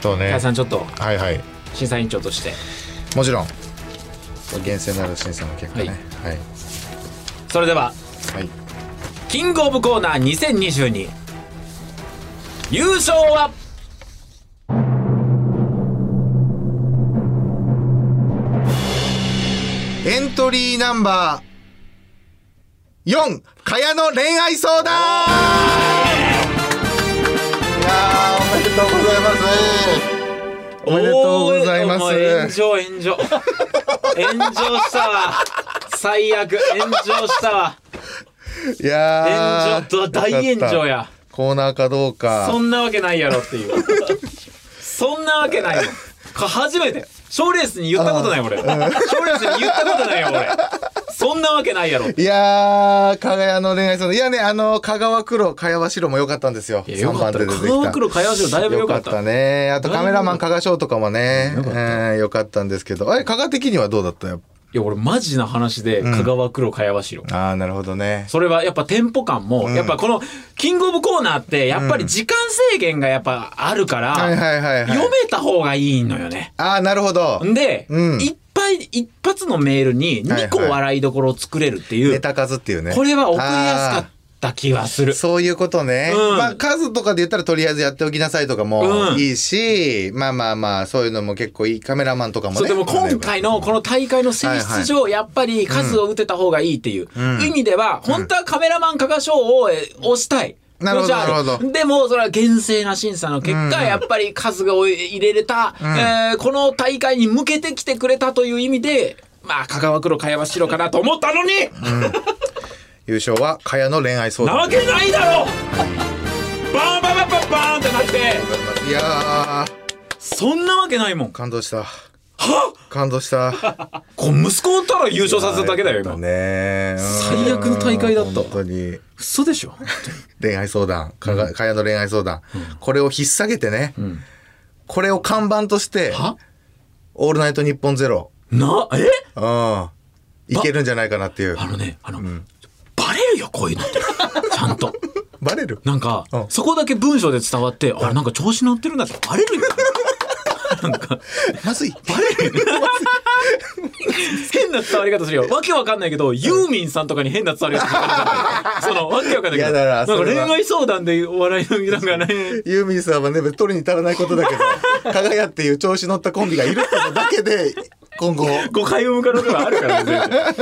[SPEAKER 1] そう
[SPEAKER 2] 加
[SPEAKER 1] ね
[SPEAKER 2] 谷さんちょっと
[SPEAKER 1] はいはい
[SPEAKER 2] 審査委員長として
[SPEAKER 1] もちろん厳正なる審査の結果ねはい
[SPEAKER 2] それでは
[SPEAKER 1] はい
[SPEAKER 2] キングオブコーナー2022
[SPEAKER 4] 優勝は
[SPEAKER 1] エントリーナンバー4、かやの恋愛相談いやーおめでとうございます。おめでとうございま
[SPEAKER 2] おーもう
[SPEAKER 1] す。
[SPEAKER 2] 炎上炎上炎上したわ最悪炎上したわ
[SPEAKER 1] いや
[SPEAKER 2] 炎
[SPEAKER 1] ー
[SPEAKER 2] 上と大炎上。
[SPEAKER 1] よか
[SPEAKER 2] や
[SPEAKER 1] ったコーナーかどう
[SPEAKER 2] そ
[SPEAKER 1] か。
[SPEAKER 2] んなわけないやろっていうそんなわけないよか初めて賞レースに言ったことない俺賞レースに言ったことないよ俺そんなわけないやろ
[SPEAKER 1] いやー、かがやの恋愛相談。いやね、あの、香川黒、かやわ白も良かったんですよ。
[SPEAKER 2] いや
[SPEAKER 1] 3
[SPEAKER 2] よかっ
[SPEAKER 1] 番
[SPEAKER 2] た
[SPEAKER 1] で出てきた。
[SPEAKER 2] 黒黒会話しだいぶよ
[SPEAKER 1] よ
[SPEAKER 2] か
[SPEAKER 1] か
[SPEAKER 2] っ
[SPEAKER 1] ったたね。あとカメラマン加賀翔とかもね、よかった,、よかったんですけど。あれ、加賀的にはどうだったよ。
[SPEAKER 2] いや俺マジな話で香川黒茅場白、
[SPEAKER 1] ああ、なるほどね。
[SPEAKER 2] それはやっぱテンポ感も、やっぱこのキングオブコーナーってやっぱり時間制限がやっぱあるから、
[SPEAKER 1] はいはいはいはい。
[SPEAKER 2] 読めた方がいいのよね。
[SPEAKER 1] ああ、なるほど。
[SPEAKER 2] んで、
[SPEAKER 1] うん
[SPEAKER 2] いっぱい一発のメールに2個
[SPEAKER 1] はいはい
[SPEAKER 2] 笑いどころを作れるっていう、
[SPEAKER 1] ネタ数っていうね。
[SPEAKER 2] これは送りやすかった気がす
[SPEAKER 1] あー
[SPEAKER 2] る。
[SPEAKER 1] そういうことね。
[SPEAKER 2] うん
[SPEAKER 1] まあ、数とかで言ったらとりあえずやっておきなさいとか
[SPEAKER 2] う
[SPEAKER 1] も
[SPEAKER 2] ん
[SPEAKER 1] いいし、まあまあまあ、そういうのも結構いいカメラマンとかもね。
[SPEAKER 2] そうでも今回のこの大会の性質上やっぱり数を打てた方がいいっていう
[SPEAKER 1] うん
[SPEAKER 2] 意味では本当はカメラマン加賀賞をえ押したい。
[SPEAKER 1] なるほど
[SPEAKER 2] もち
[SPEAKER 1] な
[SPEAKER 2] ろんあ
[SPEAKER 1] るほど
[SPEAKER 2] でもそれは厳正な審査の結果
[SPEAKER 1] うん
[SPEAKER 2] やっぱり数が入れれた、えーこの大会に向けてきてくれたという意味でまあ香川黒茅場白かなと思ったのに、
[SPEAKER 1] 優勝は、かやの恋愛相
[SPEAKER 2] なわ
[SPEAKER 1] 談。
[SPEAKER 2] けないだろバーンバーンバーンバーンってなって
[SPEAKER 1] いやー、
[SPEAKER 2] そんなわけないもん
[SPEAKER 1] 感動した。は感動 した。
[SPEAKER 2] こう息子おったら優勝させただけだよ
[SPEAKER 1] よかっ
[SPEAKER 2] 今
[SPEAKER 1] たね。うん
[SPEAKER 2] 最悪の大会だったわ
[SPEAKER 1] 本当に。
[SPEAKER 2] 嘘でしょ
[SPEAKER 1] 恋愛相談、かが、かやの恋愛相談。これを引っ提げてね、
[SPEAKER 2] ん
[SPEAKER 1] これを看板として、
[SPEAKER 2] は
[SPEAKER 1] オールナイトニッポンゼロ、
[SPEAKER 2] なえ
[SPEAKER 1] うん、いけるんじゃないかなっていう。
[SPEAKER 2] あのね、あの、バレるよ、こうい うのって。ちゃんと。
[SPEAKER 1] バレる
[SPEAKER 2] なんか、
[SPEAKER 1] うん
[SPEAKER 2] そこだけ文章で伝わって、あれ、なんか調子乗ってるんだって、バレるよ。
[SPEAKER 1] まずい。バレる
[SPEAKER 2] 変な伝わり方するよ。わけわかんないけど、ユーミンさんとかに変な伝わり方するから。その、わけわかんないけど。
[SPEAKER 1] いやだから
[SPEAKER 2] なんか
[SPEAKER 1] それ
[SPEAKER 2] 恋
[SPEAKER 1] は
[SPEAKER 2] 愛相談でお笑いの、なんかね、
[SPEAKER 1] ユーミンさんはね、別に取りに足らないことだけ ど、かがやっていう調子乗ったコンビがいるってことだけで、今後。
[SPEAKER 2] 誤解を向かうことがあるからね。全然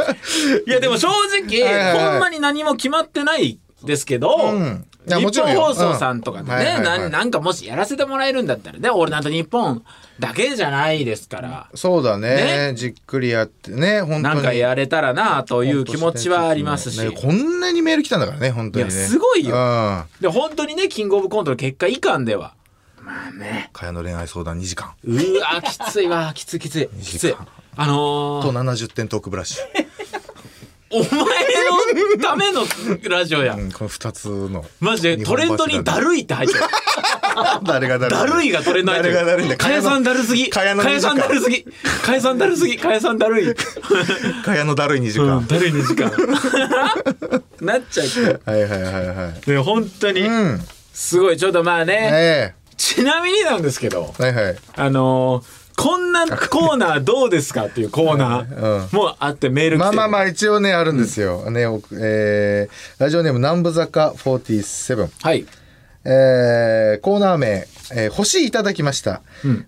[SPEAKER 2] いや、でも正直、
[SPEAKER 1] はいはいはい
[SPEAKER 2] ほんまに何も決まってないですけど、
[SPEAKER 1] うんいやも
[SPEAKER 2] 日
[SPEAKER 1] ちろ
[SPEAKER 2] 本
[SPEAKER 1] んよ
[SPEAKER 2] 放送さんとかでね、
[SPEAKER 1] うんはいはいはい
[SPEAKER 2] ななんかもしやらせてもらえるんだったらね、俺なんと日本だけじゃないですから、
[SPEAKER 1] そうだね
[SPEAKER 2] ね
[SPEAKER 1] じっくりやってね、本当に。
[SPEAKER 2] なんかやれたらなと
[SPEAKER 1] と
[SPEAKER 2] いう気持ちはありますし、
[SPEAKER 1] ねこんなにメール来たんだからね、本当にね。
[SPEAKER 2] いやすごいよ
[SPEAKER 1] うん。か
[SPEAKER 2] で本当にね、キングオブコントの結果以下では、
[SPEAKER 1] やの恋愛相談2時間
[SPEAKER 2] うわ、きつ いわ、きついきつい、きつい。あの
[SPEAKER 1] と
[SPEAKER 2] ー、
[SPEAKER 1] 70点トークブラシ。
[SPEAKER 2] お前のためのラジオや
[SPEAKER 1] う。ん、この2つの。
[SPEAKER 2] マジでトレンドにだるいって入ってる。
[SPEAKER 1] 誰が誰
[SPEAKER 2] だるいがトレンド入って
[SPEAKER 1] 誰が誰んだ
[SPEAKER 2] る。かやさんだるすぎ。
[SPEAKER 1] か
[SPEAKER 2] か
[SPEAKER 1] や
[SPEAKER 2] や
[SPEAKER 1] の二時
[SPEAKER 2] さ
[SPEAKER 1] 間
[SPEAKER 2] んだるすぎ。かやさんだるすぎ。かやさんだるい。
[SPEAKER 1] かやのだるい2時間。
[SPEAKER 2] うん、だるい2時間。 なっちゃうけ
[SPEAKER 1] はいはいはいはい。
[SPEAKER 2] ど。ね、本当に
[SPEAKER 1] う。ん。
[SPEAKER 2] すごい、ちょっとまあね。
[SPEAKER 1] え
[SPEAKER 2] ちなみになんですけど
[SPEAKER 1] え、はいはい。
[SPEAKER 2] あのー、こんなコーナーどうですかっていうコーナーもあってメール来て
[SPEAKER 1] まあ
[SPEAKER 2] る
[SPEAKER 1] まあまあ一応ねあるんですよ、ねおえーラジオネーム南部坂47、
[SPEAKER 2] はい。
[SPEAKER 1] えー、コーナー名、えー星いただきました、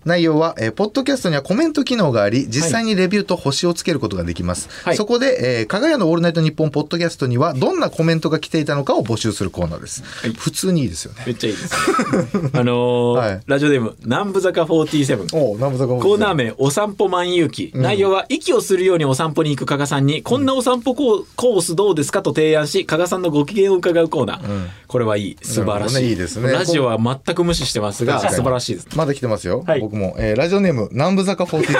[SPEAKER 1] 内容は、えーポッドキャストにはコメント機能があり実際にレビューと星をつけることができます、
[SPEAKER 2] はい
[SPEAKER 1] そこで、えー、かがやのオールナイトニッポンポッドキャストにはどんなコメントが来ていたのかを募集するコーナーです、普通にいいですよね
[SPEAKER 2] めっちゃ いいです。あのー
[SPEAKER 1] はい
[SPEAKER 2] ラジオネーム、南部坂47。
[SPEAKER 1] おう南部坂
[SPEAKER 2] コーナー名「お散歩万有記」内容は息をするようにお散歩に行く加賀さんに「こんなお散歩コーコースどうですか?」と提案し加賀さんのご機嫌を伺うコーナー、これはいい素晴らしい,、
[SPEAKER 1] なるほどねいいですね
[SPEAKER 2] ラジオは全く無視してますが
[SPEAKER 1] 確かに
[SPEAKER 2] 素晴らしいです
[SPEAKER 1] まだ来てますよ。
[SPEAKER 2] はい
[SPEAKER 1] 僕も、えーラジオネーム、南部坂47。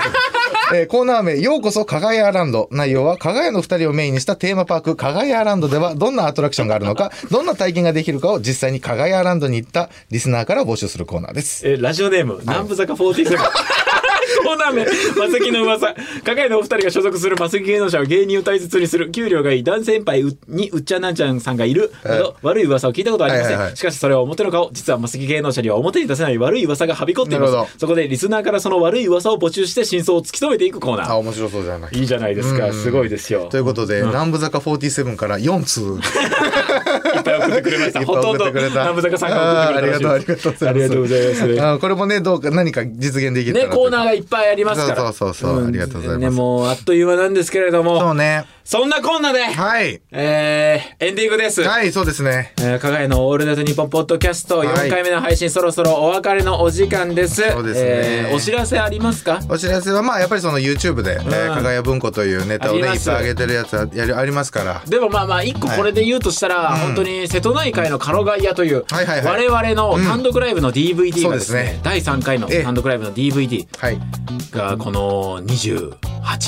[SPEAKER 1] えー コーナー名、ようこそ、かがやランド。内容は、かがやの二人をメインにしたテーマパーク、かがやランドでは、どんなアトラクションがあるのか、どんな体験ができるかを実際にかがやランドに行ったリスナーから募集するコーナーです。
[SPEAKER 2] えーラジオネーム、南部坂47。コーナー名、マセキの噂。加賀屋のお二人が所属するマセキ芸能者は芸人を大切にする、給料がいい男先輩にうっちゃんなんちゃんさんがいる、など、悪い噂を聞いたことはありません。
[SPEAKER 1] はいはいはい
[SPEAKER 2] しかしそれは表の顔、実はマセキ芸能者には表に出せない悪い噂がはびこっていま
[SPEAKER 1] なるほ
[SPEAKER 2] す。そこでリスナーからその悪い噂を募集して真相を突き止めていくコーナ
[SPEAKER 1] あ、
[SPEAKER 2] ー。
[SPEAKER 1] 面白そうじゃない。
[SPEAKER 2] いいじゃないですか、すごいですよ
[SPEAKER 1] とい。うことで、南部坂47から4通。
[SPEAKER 2] っ ぱい送ってくれました。
[SPEAKER 1] いっぱい
[SPEAKER 2] ほとん
[SPEAKER 1] 送っ
[SPEAKER 2] ど、
[SPEAKER 1] てくれた
[SPEAKER 2] ナブザカさんが送ってくれた
[SPEAKER 1] あーありがとうありがとうございます
[SPEAKER 2] ありがとうございます。
[SPEAKER 1] あーこれもね、どうか、何か実現できたら
[SPEAKER 2] ね、
[SPEAKER 1] とい
[SPEAKER 2] コー
[SPEAKER 1] うか
[SPEAKER 2] ナーがいっぱいありますから。
[SPEAKER 1] そうそうそうそうんありがとうございます
[SPEAKER 2] ね、もう、あっという間なんですけれ
[SPEAKER 1] そう
[SPEAKER 2] ども、
[SPEAKER 1] ね。
[SPEAKER 2] そんなこんなで、
[SPEAKER 1] はい。
[SPEAKER 2] えー、エンディングです。
[SPEAKER 1] はい、そうですね。
[SPEAKER 2] えー、加賀屋のオールナイトニッポンポッドキャスト
[SPEAKER 1] はい
[SPEAKER 2] 4回目の配信、そろそろお別れのお時間です。
[SPEAKER 1] そうですね
[SPEAKER 2] えーお知らせありますか
[SPEAKER 1] お知らせは、まあ、やっぱりその YouTube で、えー、かがや文庫というネタをね、
[SPEAKER 2] ありま
[SPEAKER 1] いっ
[SPEAKER 2] す
[SPEAKER 1] ぱい上げてるやつはやりありますから。
[SPEAKER 2] でもまあまあ一個これで言うとしたら、本当に瀬戸内海のカロガイアという、
[SPEAKER 1] はいはいはい
[SPEAKER 2] 我々の単独ライブの DVD
[SPEAKER 1] そう
[SPEAKER 2] が
[SPEAKER 1] で
[SPEAKER 2] です
[SPEAKER 1] す
[SPEAKER 2] ね,、
[SPEAKER 1] ね
[SPEAKER 2] 第3回の
[SPEAKER 1] ええ
[SPEAKER 2] 単独ライブの DVD
[SPEAKER 1] はい、
[SPEAKER 2] がこの28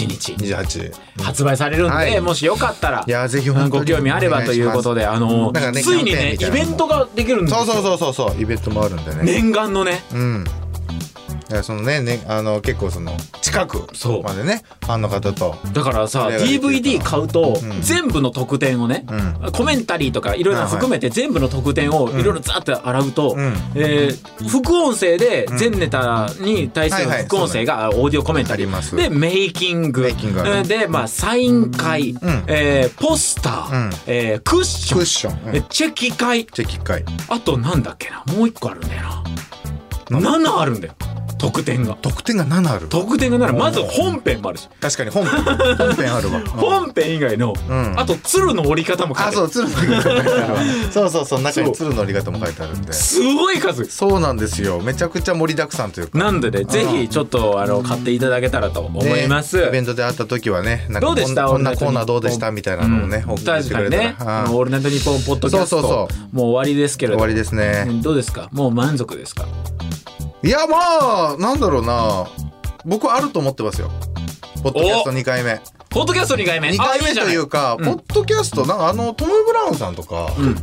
[SPEAKER 2] 日
[SPEAKER 1] 28。
[SPEAKER 2] 発売されるんで、
[SPEAKER 1] はい
[SPEAKER 2] もしよかったら
[SPEAKER 1] いやぜひ本当に
[SPEAKER 2] ご興味あればということであの、
[SPEAKER 1] なんかね
[SPEAKER 2] つい
[SPEAKER 1] キ
[SPEAKER 2] に
[SPEAKER 1] ャンペーンみ
[SPEAKER 2] ねイ
[SPEAKER 1] たいな
[SPEAKER 2] ベントができるんです
[SPEAKER 1] そ
[SPEAKER 2] よ
[SPEAKER 1] うそうそうそうそう、イベントもあるんでね。
[SPEAKER 2] 念願のね
[SPEAKER 1] うん。だからそのね、ね、あの、結構その、近く
[SPEAKER 2] そう
[SPEAKER 1] までね、ファンの方と。
[SPEAKER 2] だからさ
[SPEAKER 1] それができるから
[SPEAKER 2] DVD 買うと、
[SPEAKER 1] うん
[SPEAKER 2] 全部の特典をね、
[SPEAKER 1] う
[SPEAKER 2] コメンタリーとかいろいろなの含めて全部の特典をいろいろザーって洗うと、
[SPEAKER 1] うん
[SPEAKER 2] えー副音声で全ネタに対する
[SPEAKER 1] はいはい
[SPEAKER 2] 副音声がオーディオコメンタリ
[SPEAKER 1] あります
[SPEAKER 2] ーでメイキング
[SPEAKER 1] メイキングある
[SPEAKER 2] えーで、まあ、サイン会、
[SPEAKER 1] ん
[SPEAKER 2] えーポスター、
[SPEAKER 1] うん
[SPEAKER 2] えークッション
[SPEAKER 1] クッション。う
[SPEAKER 2] え
[SPEAKER 1] ん、
[SPEAKER 2] ーチェキ会
[SPEAKER 1] チェキ会。
[SPEAKER 2] あとなんだっけなもう一個あるんだよな
[SPEAKER 1] な
[SPEAKER 2] 7あるんだよ特典が
[SPEAKER 1] 得点が7ある。
[SPEAKER 2] 特典がならまず本編もあるし
[SPEAKER 1] 確かに 本編、本編あるわ。うん
[SPEAKER 2] 本編以外の、
[SPEAKER 1] ん
[SPEAKER 2] あと鶴の折り方も書い
[SPEAKER 1] あ、
[SPEAKER 2] てあ
[SPEAKER 1] そ
[SPEAKER 2] る
[SPEAKER 1] う、鶴の折り方も書いて あるわ。そうそうそう、中に鶴の折り方も書いてあるんで。
[SPEAKER 2] すごい数
[SPEAKER 1] そうなんですよ。めちゃくちゃ盛りだくさんというか。
[SPEAKER 2] なんでねぜひちょっとあの買っていただけたらと思います、
[SPEAKER 1] ねイベントで会った時はね、なんか
[SPEAKER 2] どうでした
[SPEAKER 1] こんこんな
[SPEAKER 2] オールナイトニ
[SPEAKER 1] コー
[SPEAKER 2] ッポン
[SPEAKER 1] ナーどうでしたみたいなのをね、送って
[SPEAKER 2] 確
[SPEAKER 1] きて
[SPEAKER 2] か
[SPEAKER 1] く
[SPEAKER 2] に
[SPEAKER 1] れたら
[SPEAKER 2] ね「あの
[SPEAKER 1] は
[SPEAKER 2] オ
[SPEAKER 1] い
[SPEAKER 2] ールナイトニッポン」ポッドキャスト
[SPEAKER 1] そうそう
[SPEAKER 2] もう終わりですけれ
[SPEAKER 1] 終
[SPEAKER 2] ど
[SPEAKER 1] わりですね。
[SPEAKER 2] どうですかもう満足ですか
[SPEAKER 1] いや、まあ、なんだろうな。僕はあると思ってますよ。ポッドキャスト2回目。
[SPEAKER 2] ポッドキャスト2回目
[SPEAKER 1] 2
[SPEAKER 2] あ
[SPEAKER 1] 回
[SPEAKER 2] い
[SPEAKER 1] 目
[SPEAKER 2] いじゃ
[SPEAKER 1] と
[SPEAKER 2] ないいう
[SPEAKER 1] か、
[SPEAKER 2] ん
[SPEAKER 1] ポッドキャスト、なんかあの、トム・ブラウンさんとか、
[SPEAKER 2] ん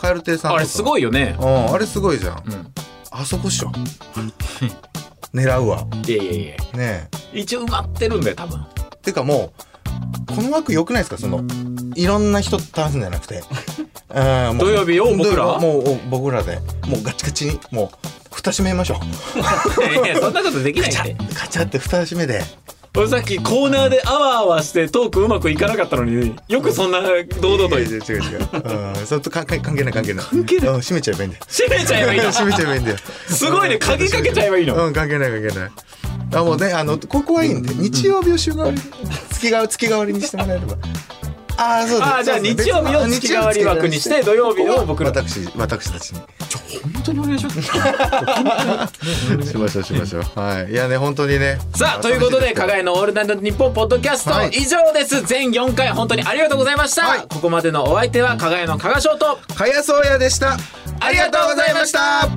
[SPEAKER 1] カエル亭さんとか。
[SPEAKER 2] あれすごいよね
[SPEAKER 1] うん、あれすごいじゃん。
[SPEAKER 2] うん
[SPEAKER 1] あそこっしょ。 狙うわ。
[SPEAKER 2] いやいやいや
[SPEAKER 1] ねえ。
[SPEAKER 2] 一応埋まってるんだよ 多分
[SPEAKER 1] てかもうこの枠良くないですかそのいろんな人と話すんじゃなく てうんもう
[SPEAKER 2] 土曜日を僕ら
[SPEAKER 1] 土曜日もうお僕らでもうガチガチにもう蓋閉めましょう
[SPEAKER 2] いやいやそんなことできな
[SPEAKER 1] ガ
[SPEAKER 2] い
[SPEAKER 1] チ
[SPEAKER 2] って
[SPEAKER 1] ャガチャって蓋閉めで
[SPEAKER 2] 俺さっきコーナーであわあわしてトークうまくいかなかったのによくそんな堂々と
[SPEAKER 1] いやいや違う違ううんそれと関係関係ない関係ない関
[SPEAKER 2] 係ない
[SPEAKER 1] 閉めちゃえばいいんだよ
[SPEAKER 2] 閉めちゃえば いいの
[SPEAKER 1] 閉めちゃえばいいんだよ
[SPEAKER 2] すごいね鍵かけちゃえばいいの
[SPEAKER 1] うん関係ない関係ないあもうねあのここはいいんで日曜日を週替わり月替わ月替わりにしてもらえればああそうです
[SPEAKER 2] あーじゃあ
[SPEAKER 1] そうです
[SPEAKER 2] 日曜日を月替わり枠にして土曜日を僕ら
[SPEAKER 1] 私私たちに
[SPEAKER 2] 本当にお願いし ます
[SPEAKER 1] しましょうしましょう。はい。いやね本当にね。
[SPEAKER 2] さあということで「加賀
[SPEAKER 1] い
[SPEAKER 2] 屋のオールナイトニッポン」ポッドキャスト
[SPEAKER 1] はい
[SPEAKER 2] 以上です全4回本当にありがとうございました、
[SPEAKER 1] はい
[SPEAKER 2] ここまでのお相手は加賀屋の加賀翔と
[SPEAKER 1] かやそうやでした。
[SPEAKER 2] ありがとうございました。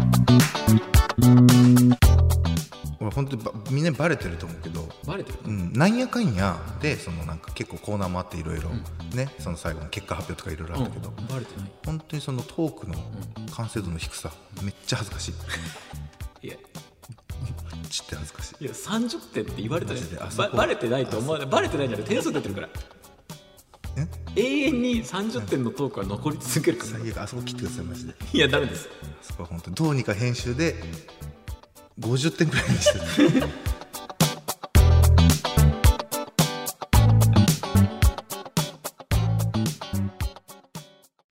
[SPEAKER 1] 俺本当にばみんなバレてると思うけど。
[SPEAKER 2] バレてる
[SPEAKER 1] うん、なんやかんやでそのなんか結構コーナーもあっていろいろねその最後の結果発表とかいろいろあったけど、
[SPEAKER 2] バレてない
[SPEAKER 1] 本当にそのトークの完成度の低さめっちゃ恥ずかしい
[SPEAKER 2] いや
[SPEAKER 1] ちって恥ずかしい
[SPEAKER 2] いや30点って言われたじゃ
[SPEAKER 1] マジであそ
[SPEAKER 2] んば
[SPEAKER 1] こ
[SPEAKER 2] バレてないと思わないバレてないじゃない点数出てるから
[SPEAKER 1] え
[SPEAKER 2] 永遠に30点のトークは残り続けるから
[SPEAKER 1] 最悪あそこ切ってくださいマジで
[SPEAKER 2] いやダメです
[SPEAKER 1] そこは本当にどうにか編集で50点くらいにして